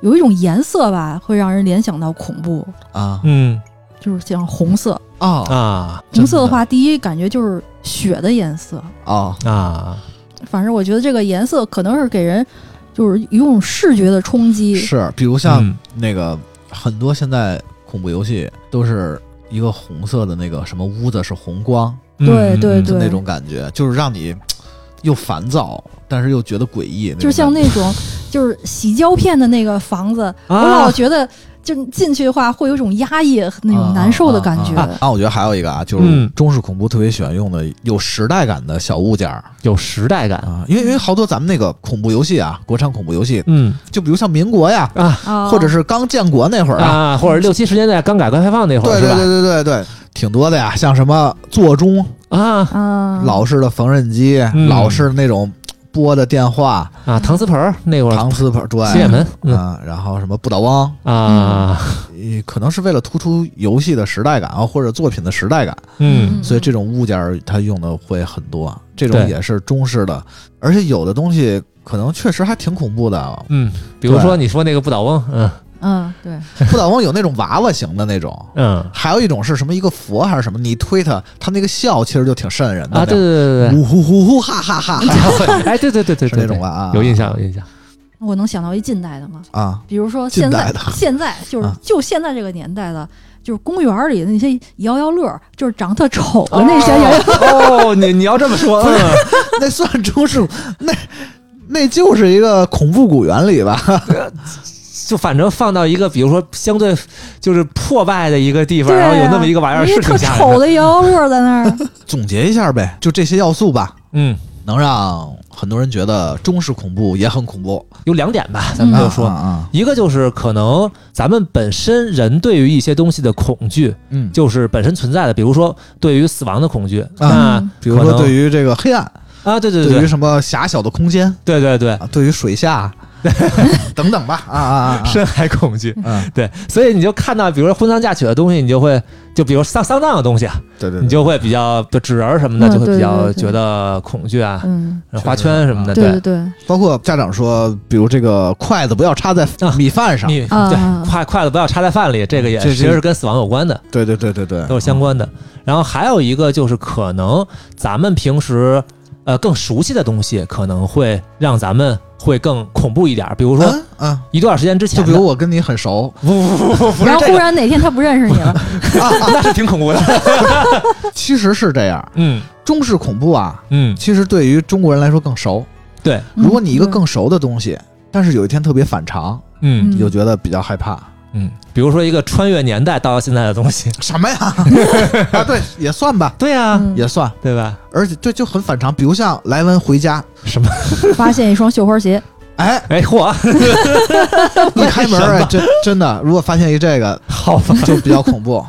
F: 有一种颜色吧，会让人联想到恐怖，
A: 啊
G: 嗯
F: 就是像红色。
A: 啊
G: 啊
F: 红色的话，第一感觉就是血的颜色。
A: 啊
G: 啊，
F: 反正我觉得这个颜色可能是给人就是有一种视觉的冲击。
A: 是，比如像
G: 嗯
A: 那个很多现在恐怖游戏都是一个红色的那个什么屋子是红光，
F: 对对
G: 嗯嗯
A: 就那种感觉，就是让你又烦躁，但是又觉得诡异，
F: 就像那种就是洗胶片的那个房子，我
G: 啊
F: 老觉得就进去的话会有一种压抑、那种难受的感觉。
A: 啊啊啊啊啊我觉得还有一个啊，就是
G: 嗯
A: 中式恐怖特别喜欢用的有时代感的小物件儿
G: 有时代感，
A: 啊，因为因为好多咱们那个恐怖游戏啊，国产恐怖游戏，
G: 嗯
A: 就比如像民国呀，
G: 啊
F: 啊
A: 或者是刚建国那会儿啊，
G: 啊，或者六七十年代刚改革开放那会儿
A: 对
G: 是
A: 啊对对
G: 吧？
A: 对对对，挺多的呀，像什么座钟、
G: 啊
F: 啊，
A: 老式的缝纫机、
G: 嗯
A: 老式的那种拨的电话、
G: 啊，搪瓷盆儿那会儿，
A: 搪瓷盆儿对
G: 洗脸盆，嗯
A: 啊，然后什么不倒翁，
G: 啊，
A: 呃可能是为了突出游戏的时代感啊，或者作品的时代感，
G: 嗯
A: 所以这种物件儿它用的会很多。这种
G: 对
A: 也是中式的，而且有的东西可能确实还挺恐怖的。啊
G: 嗯，比如说你说那个不倒翁，嗯
F: 嗯，对，
A: 不倒翁有那种娃娃型的那种，
G: 嗯
A: 还有一种是什么一个佛还是什么，你推它，它那个笑其实就挺瘆人的
G: 啊，对对对对
A: 呜呼呼呼哈哈哈哈，
G: 对，哎，对对对对
A: 是
G: 对，
A: 那种吧啊，
G: 有印象有印象，
F: 我能想到一近代的吗？
A: 啊
F: 比如说
A: 近
F: 现
A: 代
F: 在
A: 的
F: 现在就是
A: 啊
F: 就现在这个年代的，就是公园儿里的那些摇摇乐儿，就是长得特丑的那些摇摇，
G: 哦，你你要这么说，嗯
A: 那算中式，那那就是一个恐怖谷原理吧？
G: 就反正放到一个比如说相对就是破败的一个地方，
F: 对啊
G: 然后有那么一个玩意儿
F: 人
G: 是
F: 家特
G: 挺吓
F: 丑
G: 人的，
F: 的摇摇乐儿在那儿。
A: 总结一下呗，就这些要素吧，
G: 嗯，
A: 能让很多人觉得中式恐怖也很恐怖。
G: 有两点吧，咱们
A: 啊
G: 就说。
A: 啊，
G: 一个就是可能咱们本身人对于一些东西的恐惧，
A: 嗯，
G: 就是本身存在的，比如说对于死亡的恐惧，那
F: 嗯
A: 比如说
G: 可能
A: 对于这个黑暗，
G: 啊，对对对
A: 啊对于
G: 对
A: 什么狭小的空间
G: 对对对，
A: 啊，对于水下 等等吧，啊啊啊，
G: 深海恐惧，
A: 嗯，
G: 对，所以你就看到，比如说婚丧嫁娶的东西，你就会就比如丧丧葬的东西，啊，
A: 对对，
G: 你就会比较就纸人儿什么的，
F: 嗯
G: 就会比较
F: 对对对
G: 觉得恐惧啊，
F: 嗯，
G: 然后花圈什么的，
F: 对对对，
A: 包括家长说，比如这个筷子不要插在
G: 啊
A: 米饭上，
G: 你
F: 啊
G: 对筷筷子不要插在饭里，这个也
A: 这
G: 其
A: 是
G: 实是跟死亡有关的，
A: 对对对对对，
G: 都是相关的。然后还有一个就是，可能咱们平时呃更熟悉的东西，可能会让咱们会更恐怖一点儿。比如说
A: 嗯嗯，
G: 一段时间之前
A: 就比
G: 的，
A: 如我跟你很熟，
F: 然后
G: 这
F: 忽然哪天他不认识你 了，
G: 那是挺恐怖的。
A: 其实是这样。
G: 嗯
A: 中式恐怖啊，
G: 嗯，
A: 其实对于中国人来说更熟。
G: 对，
F: 嗯
A: 如果你一个更熟的东西，但是有一天特别反常，
G: 嗯
A: 你就觉得比较害怕。
G: 嗯，比如说一个穿越年代到现在的东西，
A: 什 么呀？啊，对，也算吧，
G: 对啊呀、
F: 嗯
A: 也算。
G: 对吧？
A: 而且对，就很反常。比如像莱文回家，
G: 什么？
F: 嗯发现一双绣花鞋，
A: 哎，
G: 哎嚯，
A: 一开门，哎，真真的，如果发现一这个，
G: 好吧，
A: 就比较恐怖。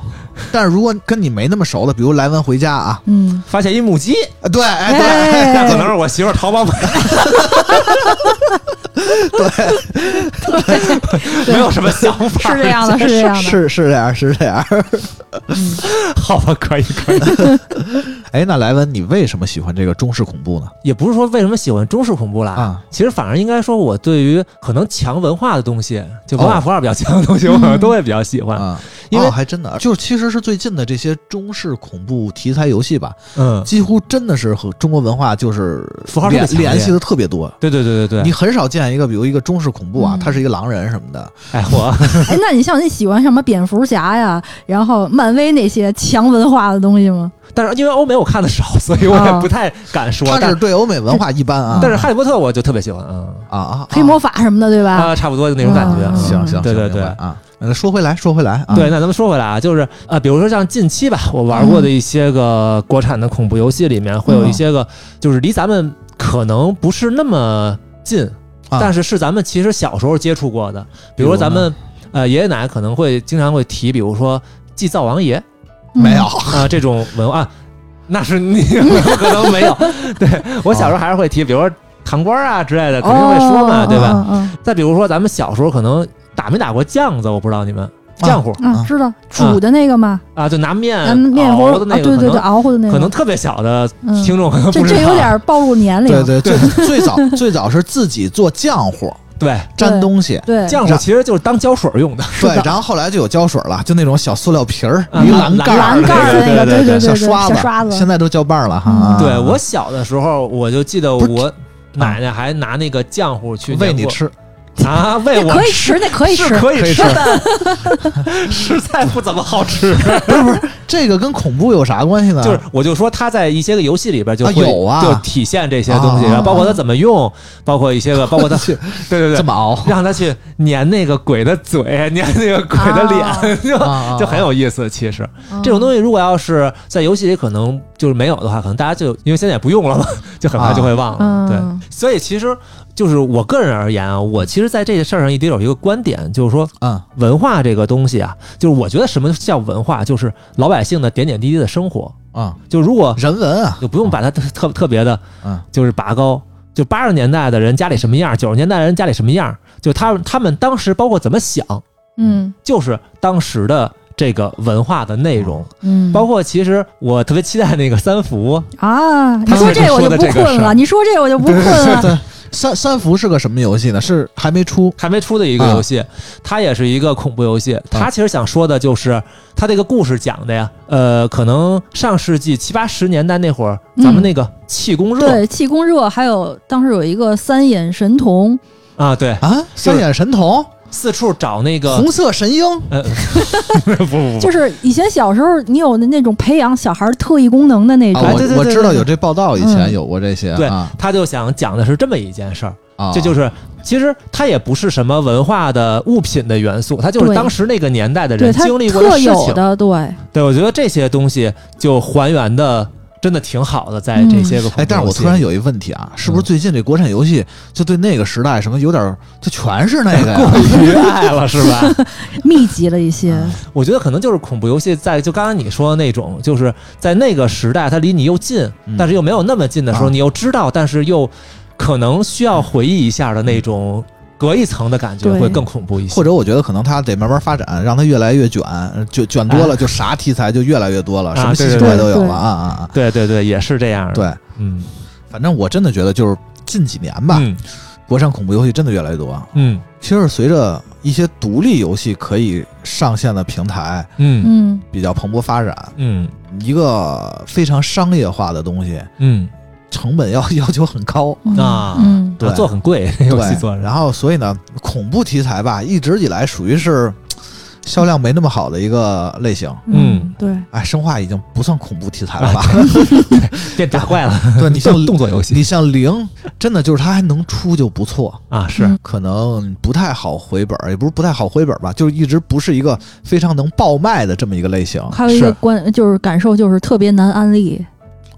A: 但是如果跟你没那么熟的，比如莱文回家啊，
F: 嗯，
G: 发现一母 鸡，
A: 啊对，哎对，
F: 哎
G: 那可能是我媳妇儿淘宝买 的。 对，没有什么想法，
F: 是这 样的，是这样的。嗯
A: 是是这样，是这样。
G: 好吧，可以可以。
A: 哎，那莱文，你为什么喜欢这个中式恐怖呢？
G: 也不是说为什么喜欢中式恐怖啦，
A: 啊
G: 其实反而应该说，我对于可能强文化的东西，就文化
A: 哦
G: 符号比较强的东西，我 可能都会比较喜欢。
A: 啊，
G: 因为
A: 哦还真的，就是其实是最近的这些中式恐怖题材游戏吧，
G: 嗯，
A: 几乎真的是和中国文化就是
G: 符号特别
A: 联
G: 强烈
A: 联系的特别多。
G: 对对对对
A: 你
G: 对。
A: 很少见一个，比如一个中式恐怖啊，
F: 嗯
A: 他是一个狼人什么的，
G: 哎， 我
F: 哎，那你像你喜欢什么蝙蝠侠呀，然后漫威那些强文化的东西吗？
G: 但是因为欧美我看的少，所以我也
F: 啊
G: 不太敢说。
A: 他是
G: 但
A: 对欧美文化一般啊。
G: 但是哈利波特我就特别喜欢，嗯
A: 啊啊，啊
F: 黑魔法什么的，对吧？
G: 啊，差不多就那种感觉。
F: 啊
G: 嗯
A: 行行，
G: 对
A: 行
G: 对
A: 明白
G: 对
A: 啊。呃说回来，说回来啊，
G: 对，那咱们说回来啊，就是呃，比如说像近期吧，我玩过的一些个国产的恐怖游戏里面，会有一些个就是离咱们可能不是那么近，
A: 啊
G: 但是是咱们其实小时候接触过的，比
A: 比
G: 如
A: 如
G: 说
A: 呢
G: 咱们呃爷爷奶奶可能会经常会提，比如说祭灶王爷
F: 嗯
A: 没有，
G: 啊、这种文化，那是你我可能没有。 对我小时候还是会提，比如说糖官啊之类的，肯定会说嘛，
F: 哦
G: 对吧？？
F: 嗯嗯
G: 再比如说咱们小时候可能打没打过酱子，我不知道你们浆糊。
F: 嗯啊，知道煮的那个嘛，
G: 啊，就拿面
F: 咱们面糊
G: 熬
F: 啊，
G: 的那
F: 对
G: 个，
F: 对
G: 可
F: 对，
G: 能
F: 熬和的那个，
G: 可能特别小的
F: 嗯
G: 听众可能
F: 这
G: 不知道，
F: 这有点暴露年龄，
A: 对对，最 最早最早是自己做浆糊
G: 对
F: 呃
A: 粘东西，
F: 对，
G: 浆糊其实就是当胶水用的，
A: 对，然后后来就有胶水了，就那种小塑料瓶儿，
G: 啊
A: 一栏
G: 栏
A: 杆
F: 栏
A: 儿
F: 杆儿
G: 对
F: 的那个，
G: 对
F: 对
G: 对
F: 对对，
A: 小
F: 小
A: 刷子，
F: 刷子
A: 现，在都叫瓣儿了哈。
F: 嗯
A: 啊
G: 对我小的时候，我就记得
A: 不是
G: 我奶
F: 啊
G: 奶还拿那个浆糊去
A: 喂你
G: 黏过
A: 吃，
G: 啊，喂
F: 那
G: 我
F: 可以吃，那可以
G: 是
F: 吃，
G: 可以
A: 可以吃
G: 的， 实在不怎么好吃。
A: 不是不啊是，这个跟恐怖有啥关系呢？
G: 就是我就说他在一些个游戏里边就
A: 啊
G: 会
A: 有啊
G: 就体现这些东西，
A: 啊
G: 包括他怎么用，包括一些个，包 括他对对
A: 这
G: 对，
A: 么熬，
G: 让他去粘那个鬼的嘴，粘那个鬼的脸， 就
A: 啊
G: 就很有意思。其实
F: 嗯
G: 这种东西，如果要是在游戏里可能就是没有的话，可能大家就因为现在也不用了嘛， 就很
A: 啊
G: 快就会忘了。
F: 嗯嗯
G: 对，所以其实就是我个人而言啊，我其实在这个事儿上一直有一个观点，就是说
A: 嗯
G: 文化这个东西啊，就是我觉得什么叫文化，就是老百姓的点点滴滴的生活。
A: 嗯，
G: 就如果
A: 人文啊，
G: 就不用把它特特特别的，
A: 嗯，
G: 就是拔高。就八十年代的人家里什么样，九十年代的人家里什么样，就他们他们当时包括怎么想，
F: 嗯
G: 就是当时的这个文化的内容，
F: 嗯，
G: 包括其实我特别期待那个三伏，
F: 啊，你
G: 他
F: 说
G: 们
F: 这我就
G: 说的
F: 不
G: 这个
F: 困
G: 事儿
F: 了，你说这我就不困了，
A: 对， 三三伏是个什么游戏呢？是还没出
G: 还没出的一个游戏，它也是一个恐怖游戏。它其实想说的就是，它这个故事讲的呀，呃，可能上世纪七八十年代那会儿，
F: 嗯
G: 咱们那个气功热、
F: 对，气功热，还有当时有一个三眼神童，
G: 啊，对，
A: 啊？三眼神童、
G: 四处找那个
A: 红色神鹰，
G: 呃，不不不不，
F: 就是以前小时候你有的那种培养小孩特异功能的那
A: 啊，
F: 种，
G: 哎
A: 我
G: 对对对
A: 我
G: 对
A: 知道
G: 对
A: 有这报道，以前
F: 嗯
A: 有过这些
G: 对
A: 啊，
G: 他就想讲的是这么一件事儿。
A: 啊
G: 这就是其实它也不是什么文化的物品的元素，它就是
F: 对
G: 当时那个年代的
F: 对
G: 人
F: 他
G: 经历过
F: 特
G: 事
F: 有
G: 情。
F: 的，对，
G: 对，我觉得这些东西就还原的真的挺好的，在这些个恐怖游戏里、
A: 哎，但是我突然有一问题啊，是
G: 嗯
A: 不是最近这国产游戏就对那个时代什么有点儿，就全是那个呀？
G: 过于爱了，是吧？
F: 密集了一些，
G: 我觉得可能就是恐怖游戏在就刚刚你说的那种，就是在那个时代，它离你又近，
A: 嗯
G: 但是又没有那么近的时候，
A: 啊
G: 你又知道，但是又可能需要回忆一下的那种。隔一层的感觉
F: 对
G: 会更恐怖一些，
A: 或者我觉得可能它得慢慢发展，让它越来越卷，卷卷多了就啥题材就越来越多了，
G: 哎啊
A: 什么稀
G: 对
A: 奇
G: 对
A: 古怪
F: 对
A: 都有
F: 对
A: 了啊啊啊！
G: 对对对，也是这样的。，
A: 对，
G: 嗯，
A: 反正我真的觉得就是近几年吧，
G: 嗯
A: 国产恐怖游戏真的越来越多。
G: 嗯
A: 其实随着一些独立游戏可以上线的平台
G: 嗯
F: 嗯，
A: 比较蓬勃发展，
G: 嗯
A: 一个非常商业化的东西，
G: 嗯
A: 成本要 要求很高。
F: 嗯
G: 啊
F: 嗯，
A: 对
G: 啊做很贵， 游戏做
A: 对，
G: 着
A: 然后所以呢，恐怖题材吧，一直以来属于是嘖销量没那么好的一个类型。
G: 嗯，
F: 对，
A: 哎，生化已经不算恐怖题材 了吧？
G: 变打怪了。
A: 对你像
G: 动动作游戏
A: 你像零，真的就是它还能出就不错，
G: 啊，是
F: 嗯
A: 可能不太好回本儿，也不是不太好回本儿吧，就是一直不是一个非常能爆卖的这么一个类型
F: 还有一个
G: 是
F: 关就是感受就是特别难安利，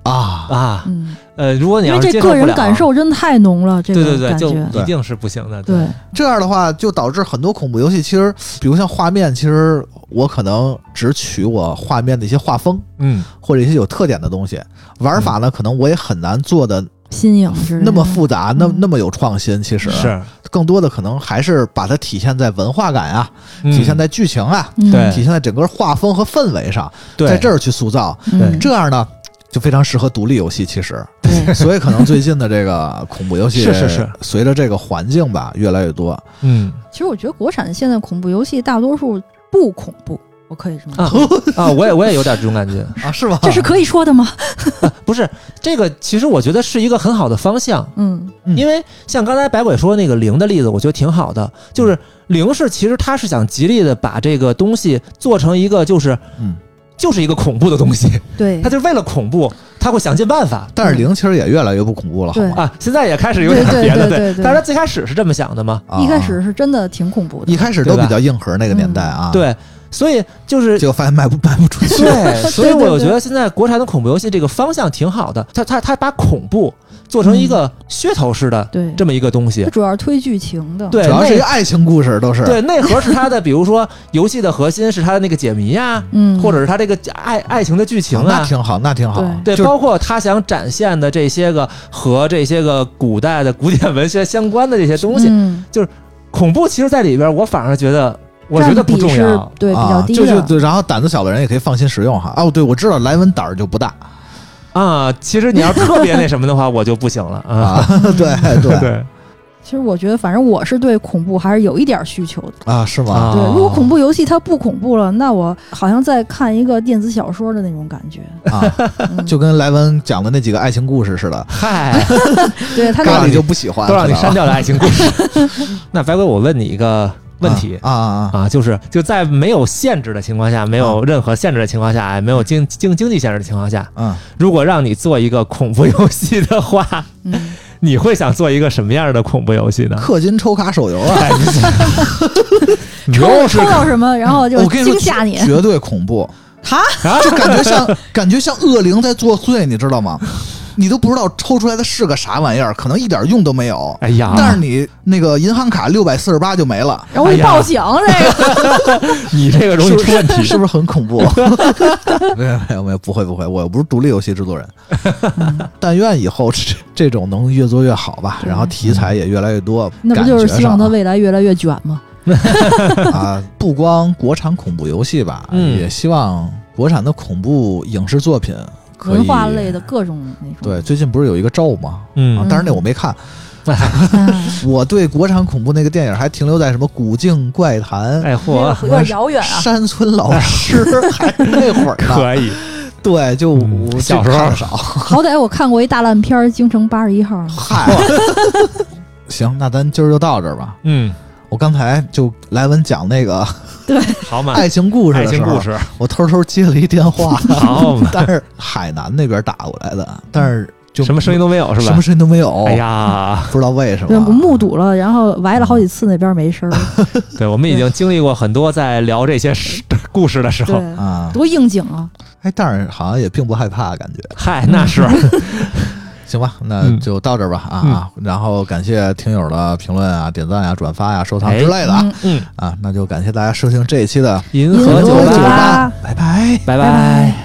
A: 啊。
G: 啊，
F: 嗯，
G: 呃，如果你
F: 因
G: 要
F: 为
G: 是
F: 这
G: 接受
F: 个
G: 不
F: 人
G: 了，啊
F: 感受真的太浓了，这
G: 对对
F: 个
G: 对，
F: 感
G: 就
F: 觉，
G: 一定是不行的。
F: 对，
A: 这样的话，就导致很多恐怖游戏，其实比如像画面，其实我可能只取我画面的一些画风
G: 嗯，
A: 或者一些有特点的东西，玩法呢，可能我也很难做的
F: 新颖之类的
A: 那么复杂，那
F: 嗯
A: 那么有创新。其实
G: 是
A: 更多的可能还是把它体现在文化感啊，
G: 嗯
A: 体现在剧情啊，
F: 嗯
G: 对
A: 体现在整个画风和氛围上，在这
G: 儿
A: 儿去塑造。
F: 嗯
A: 这样呢，就非常适合独立游戏。其 实，
F: 对
A: 所以可能最近的这个恐怖游戏
G: 是是是，
A: 随着这个环境吧，越来越多。
G: 嗯
F: 其实我觉得国产现在恐怖游戏大多数不恐怖，我可以这么
G: 啊
F: 说，
G: 啊，我也我也有点这种感觉。
A: 啊，是 吗？
F: 这是可以说的吗？
G: 不是这个，其实我觉得是一个很好的方向，
F: 嗯，
A: 嗯
G: 因为像刚才百鬼说那个零的例子，我觉得挺好的。就是零是其实他是想极力的把这个东西做成一个就是
A: 嗯，
G: 就是一个恐怖的东西，
F: 对
G: 他，就为了恐怖，他会想尽办法。
A: 但是零其实也越来越不恐怖了，好
F: 对
A: 吗？
G: 啊，现在也开始有点
F: 对对
G: 别的，
F: 对对对
G: 但是他最开始是这么想的嘛，
A: 啊
F: 一开始是真的挺恐怖的，
A: 一开始都比较硬核那个年代啊，，
G: 对，所以就是
A: 结果发现卖不卖不出去，
G: 对，所以
F: 对对
G: 我
F: 对
G: 觉得现在国产的恐怖游戏这个方向挺好的，他他他把恐怖做成一个噱头式的
F: 对，
G: 这么一个东西
F: 它，主要是推剧情的，
G: 对，
A: 主要是一
G: 内
A: 个爱情故事，都是
G: 对内核是它的，比如说游戏的核心是它的那个解谜呀、
F: 嗯，
G: 或者是它这个爱爱情的剧情
A: 啊那
G: 啊。
A: 挺好，那挺好，
G: 对，
A: 就是
G: 包括他想展现的这些个和这些个古代的古典文学相关的这些东西，
F: 嗯，
G: 恐怖其实在里边，我反而觉得，我觉得
F: 占
G: 不
F: 比
G: 重
F: 是
G: 要。
F: 对，比较
A: 啊，
F: 低
A: 就就
F: 的，
A: 对，然后胆子小的人也可以放心食用哈。哦，对，我知道莱文胆儿就不大
G: 啊，其实你要特别那什么的话，我就不行了
A: 啊
G: 啊。，
A: 对对
G: 对，
F: 其实我觉得，反正我是对恐怖还是有一点需求的。
A: 啊，是吗？
G: 啊
F: 对，如果恐怖游戏它不恐怖了，那我好像在看一个电子小说的那种感觉。
A: 啊，
F: 嗯、
A: 就跟莱文讲的那几个爱情故事似的，
G: 嗨，
F: 对他
A: 咖
F: 那
A: 喱
F: 个
A: 就不喜欢，
G: 都让你
A: 可能
G: 删 掉了爱情故事。那白鬼，我问你一个问题
A: 啊啊啊
G: 啊，就是就在没有限制的情况下，没有任何限制的情况下，哎没有经经经济限制的情况下，
A: 啊，
G: 如果让你做一个恐怖游戏的话，
F: 嗯，
G: 你会想做一个什么样的恐怖游戏
A: 嗯，
G: 呢？
A: 氪金抽卡手游啊，
G: 哎 你
F: 抽
G: 又是
F: 抽到什么，然后就
A: 我跟你
F: 惊
A: 说，
F: 吓你。啊
A: 绝对恐 怖，
F: 哈，
G: 啊
A: 就感觉像感觉像恶灵在作祟，你知道吗？你都不知道抽出来的是个啥玩意儿，可能一点用都没有。
G: 哎呀，
A: 但是你那个银行卡六百四十八就没了，
F: 然后一
G: 哎呀
F: 报警，这个
G: 你这个容易出问题。
A: 是不是 很恐 怖？没有没有没有，不会不会，我又不是独立游戏制作人。 但愿以后这这种能越做越好吧，
F: 对嗯
A: 然后题材也越来越多。
F: 那不就是
A: 感觉
F: 希望它
A: 上
F: 未来越来越卷吗？
A: 啊，不光国产恐怖游戏吧，
G: 嗯
A: 也希望国产的恐怖影视作品可以
F: 文化类的各种那种。
A: 对，最近不是有一个咒吗？啊
G: 嗯，
A: 当然那我没看，
F: 嗯，
A: 我对国产恐怖那个电影还停留在什么《古镜怪谈》
G: 哎嚯，
F: 有点遥远啊。
A: 山村老师，还是那会儿呢。
G: 可以，
A: 对，就
G: 嗯
A: 我
G: 小时候
A: 就看得少。
F: 好歹我看过一大烂片儿《京城八十一号》呢。
A: 嗨，行，那咱今儿就到这儿吧。
G: 嗯，
A: 我刚才就莱文讲那个
G: 好嘛，
A: 爱情故事
G: 啊爱
A: 的
G: 情
A: 时候，
G: 故事，哦
A: 我偷偷接了一电 话，
G: 好嘛，
A: 但是海南那边打过来的，但是就
G: 什么声音都没有是
A: 什
G: 吧
A: 么？声音都没有。
G: 哎，呀，
A: 不知道为什
F: 对，
A: 么。
F: 我目睹了，然后崴了好几次，那边没声儿。
G: 对，我们已经经历过很多在聊这些事故事的时候，
F: 对，
A: 啊，
F: 多应景啊！
A: 哎，但是好像也并不害怕，感觉。
G: 嗨，那 是
A: 行吧，那
G: 嗯
A: 就到这儿吧啊、啊！然后感谢听友的评论啊、点赞啊、转发呀、收藏
G: 哎
A: 之类的啊、
F: 嗯
G: 嗯
A: 啊，那就感谢大家收听这一期的，
G: 银
F: 银
G: 河
F: 河
G: 酒
F: 酒
G: 吧，
F: 吧
A: 拜拜。
G: 拜
F: 拜拜。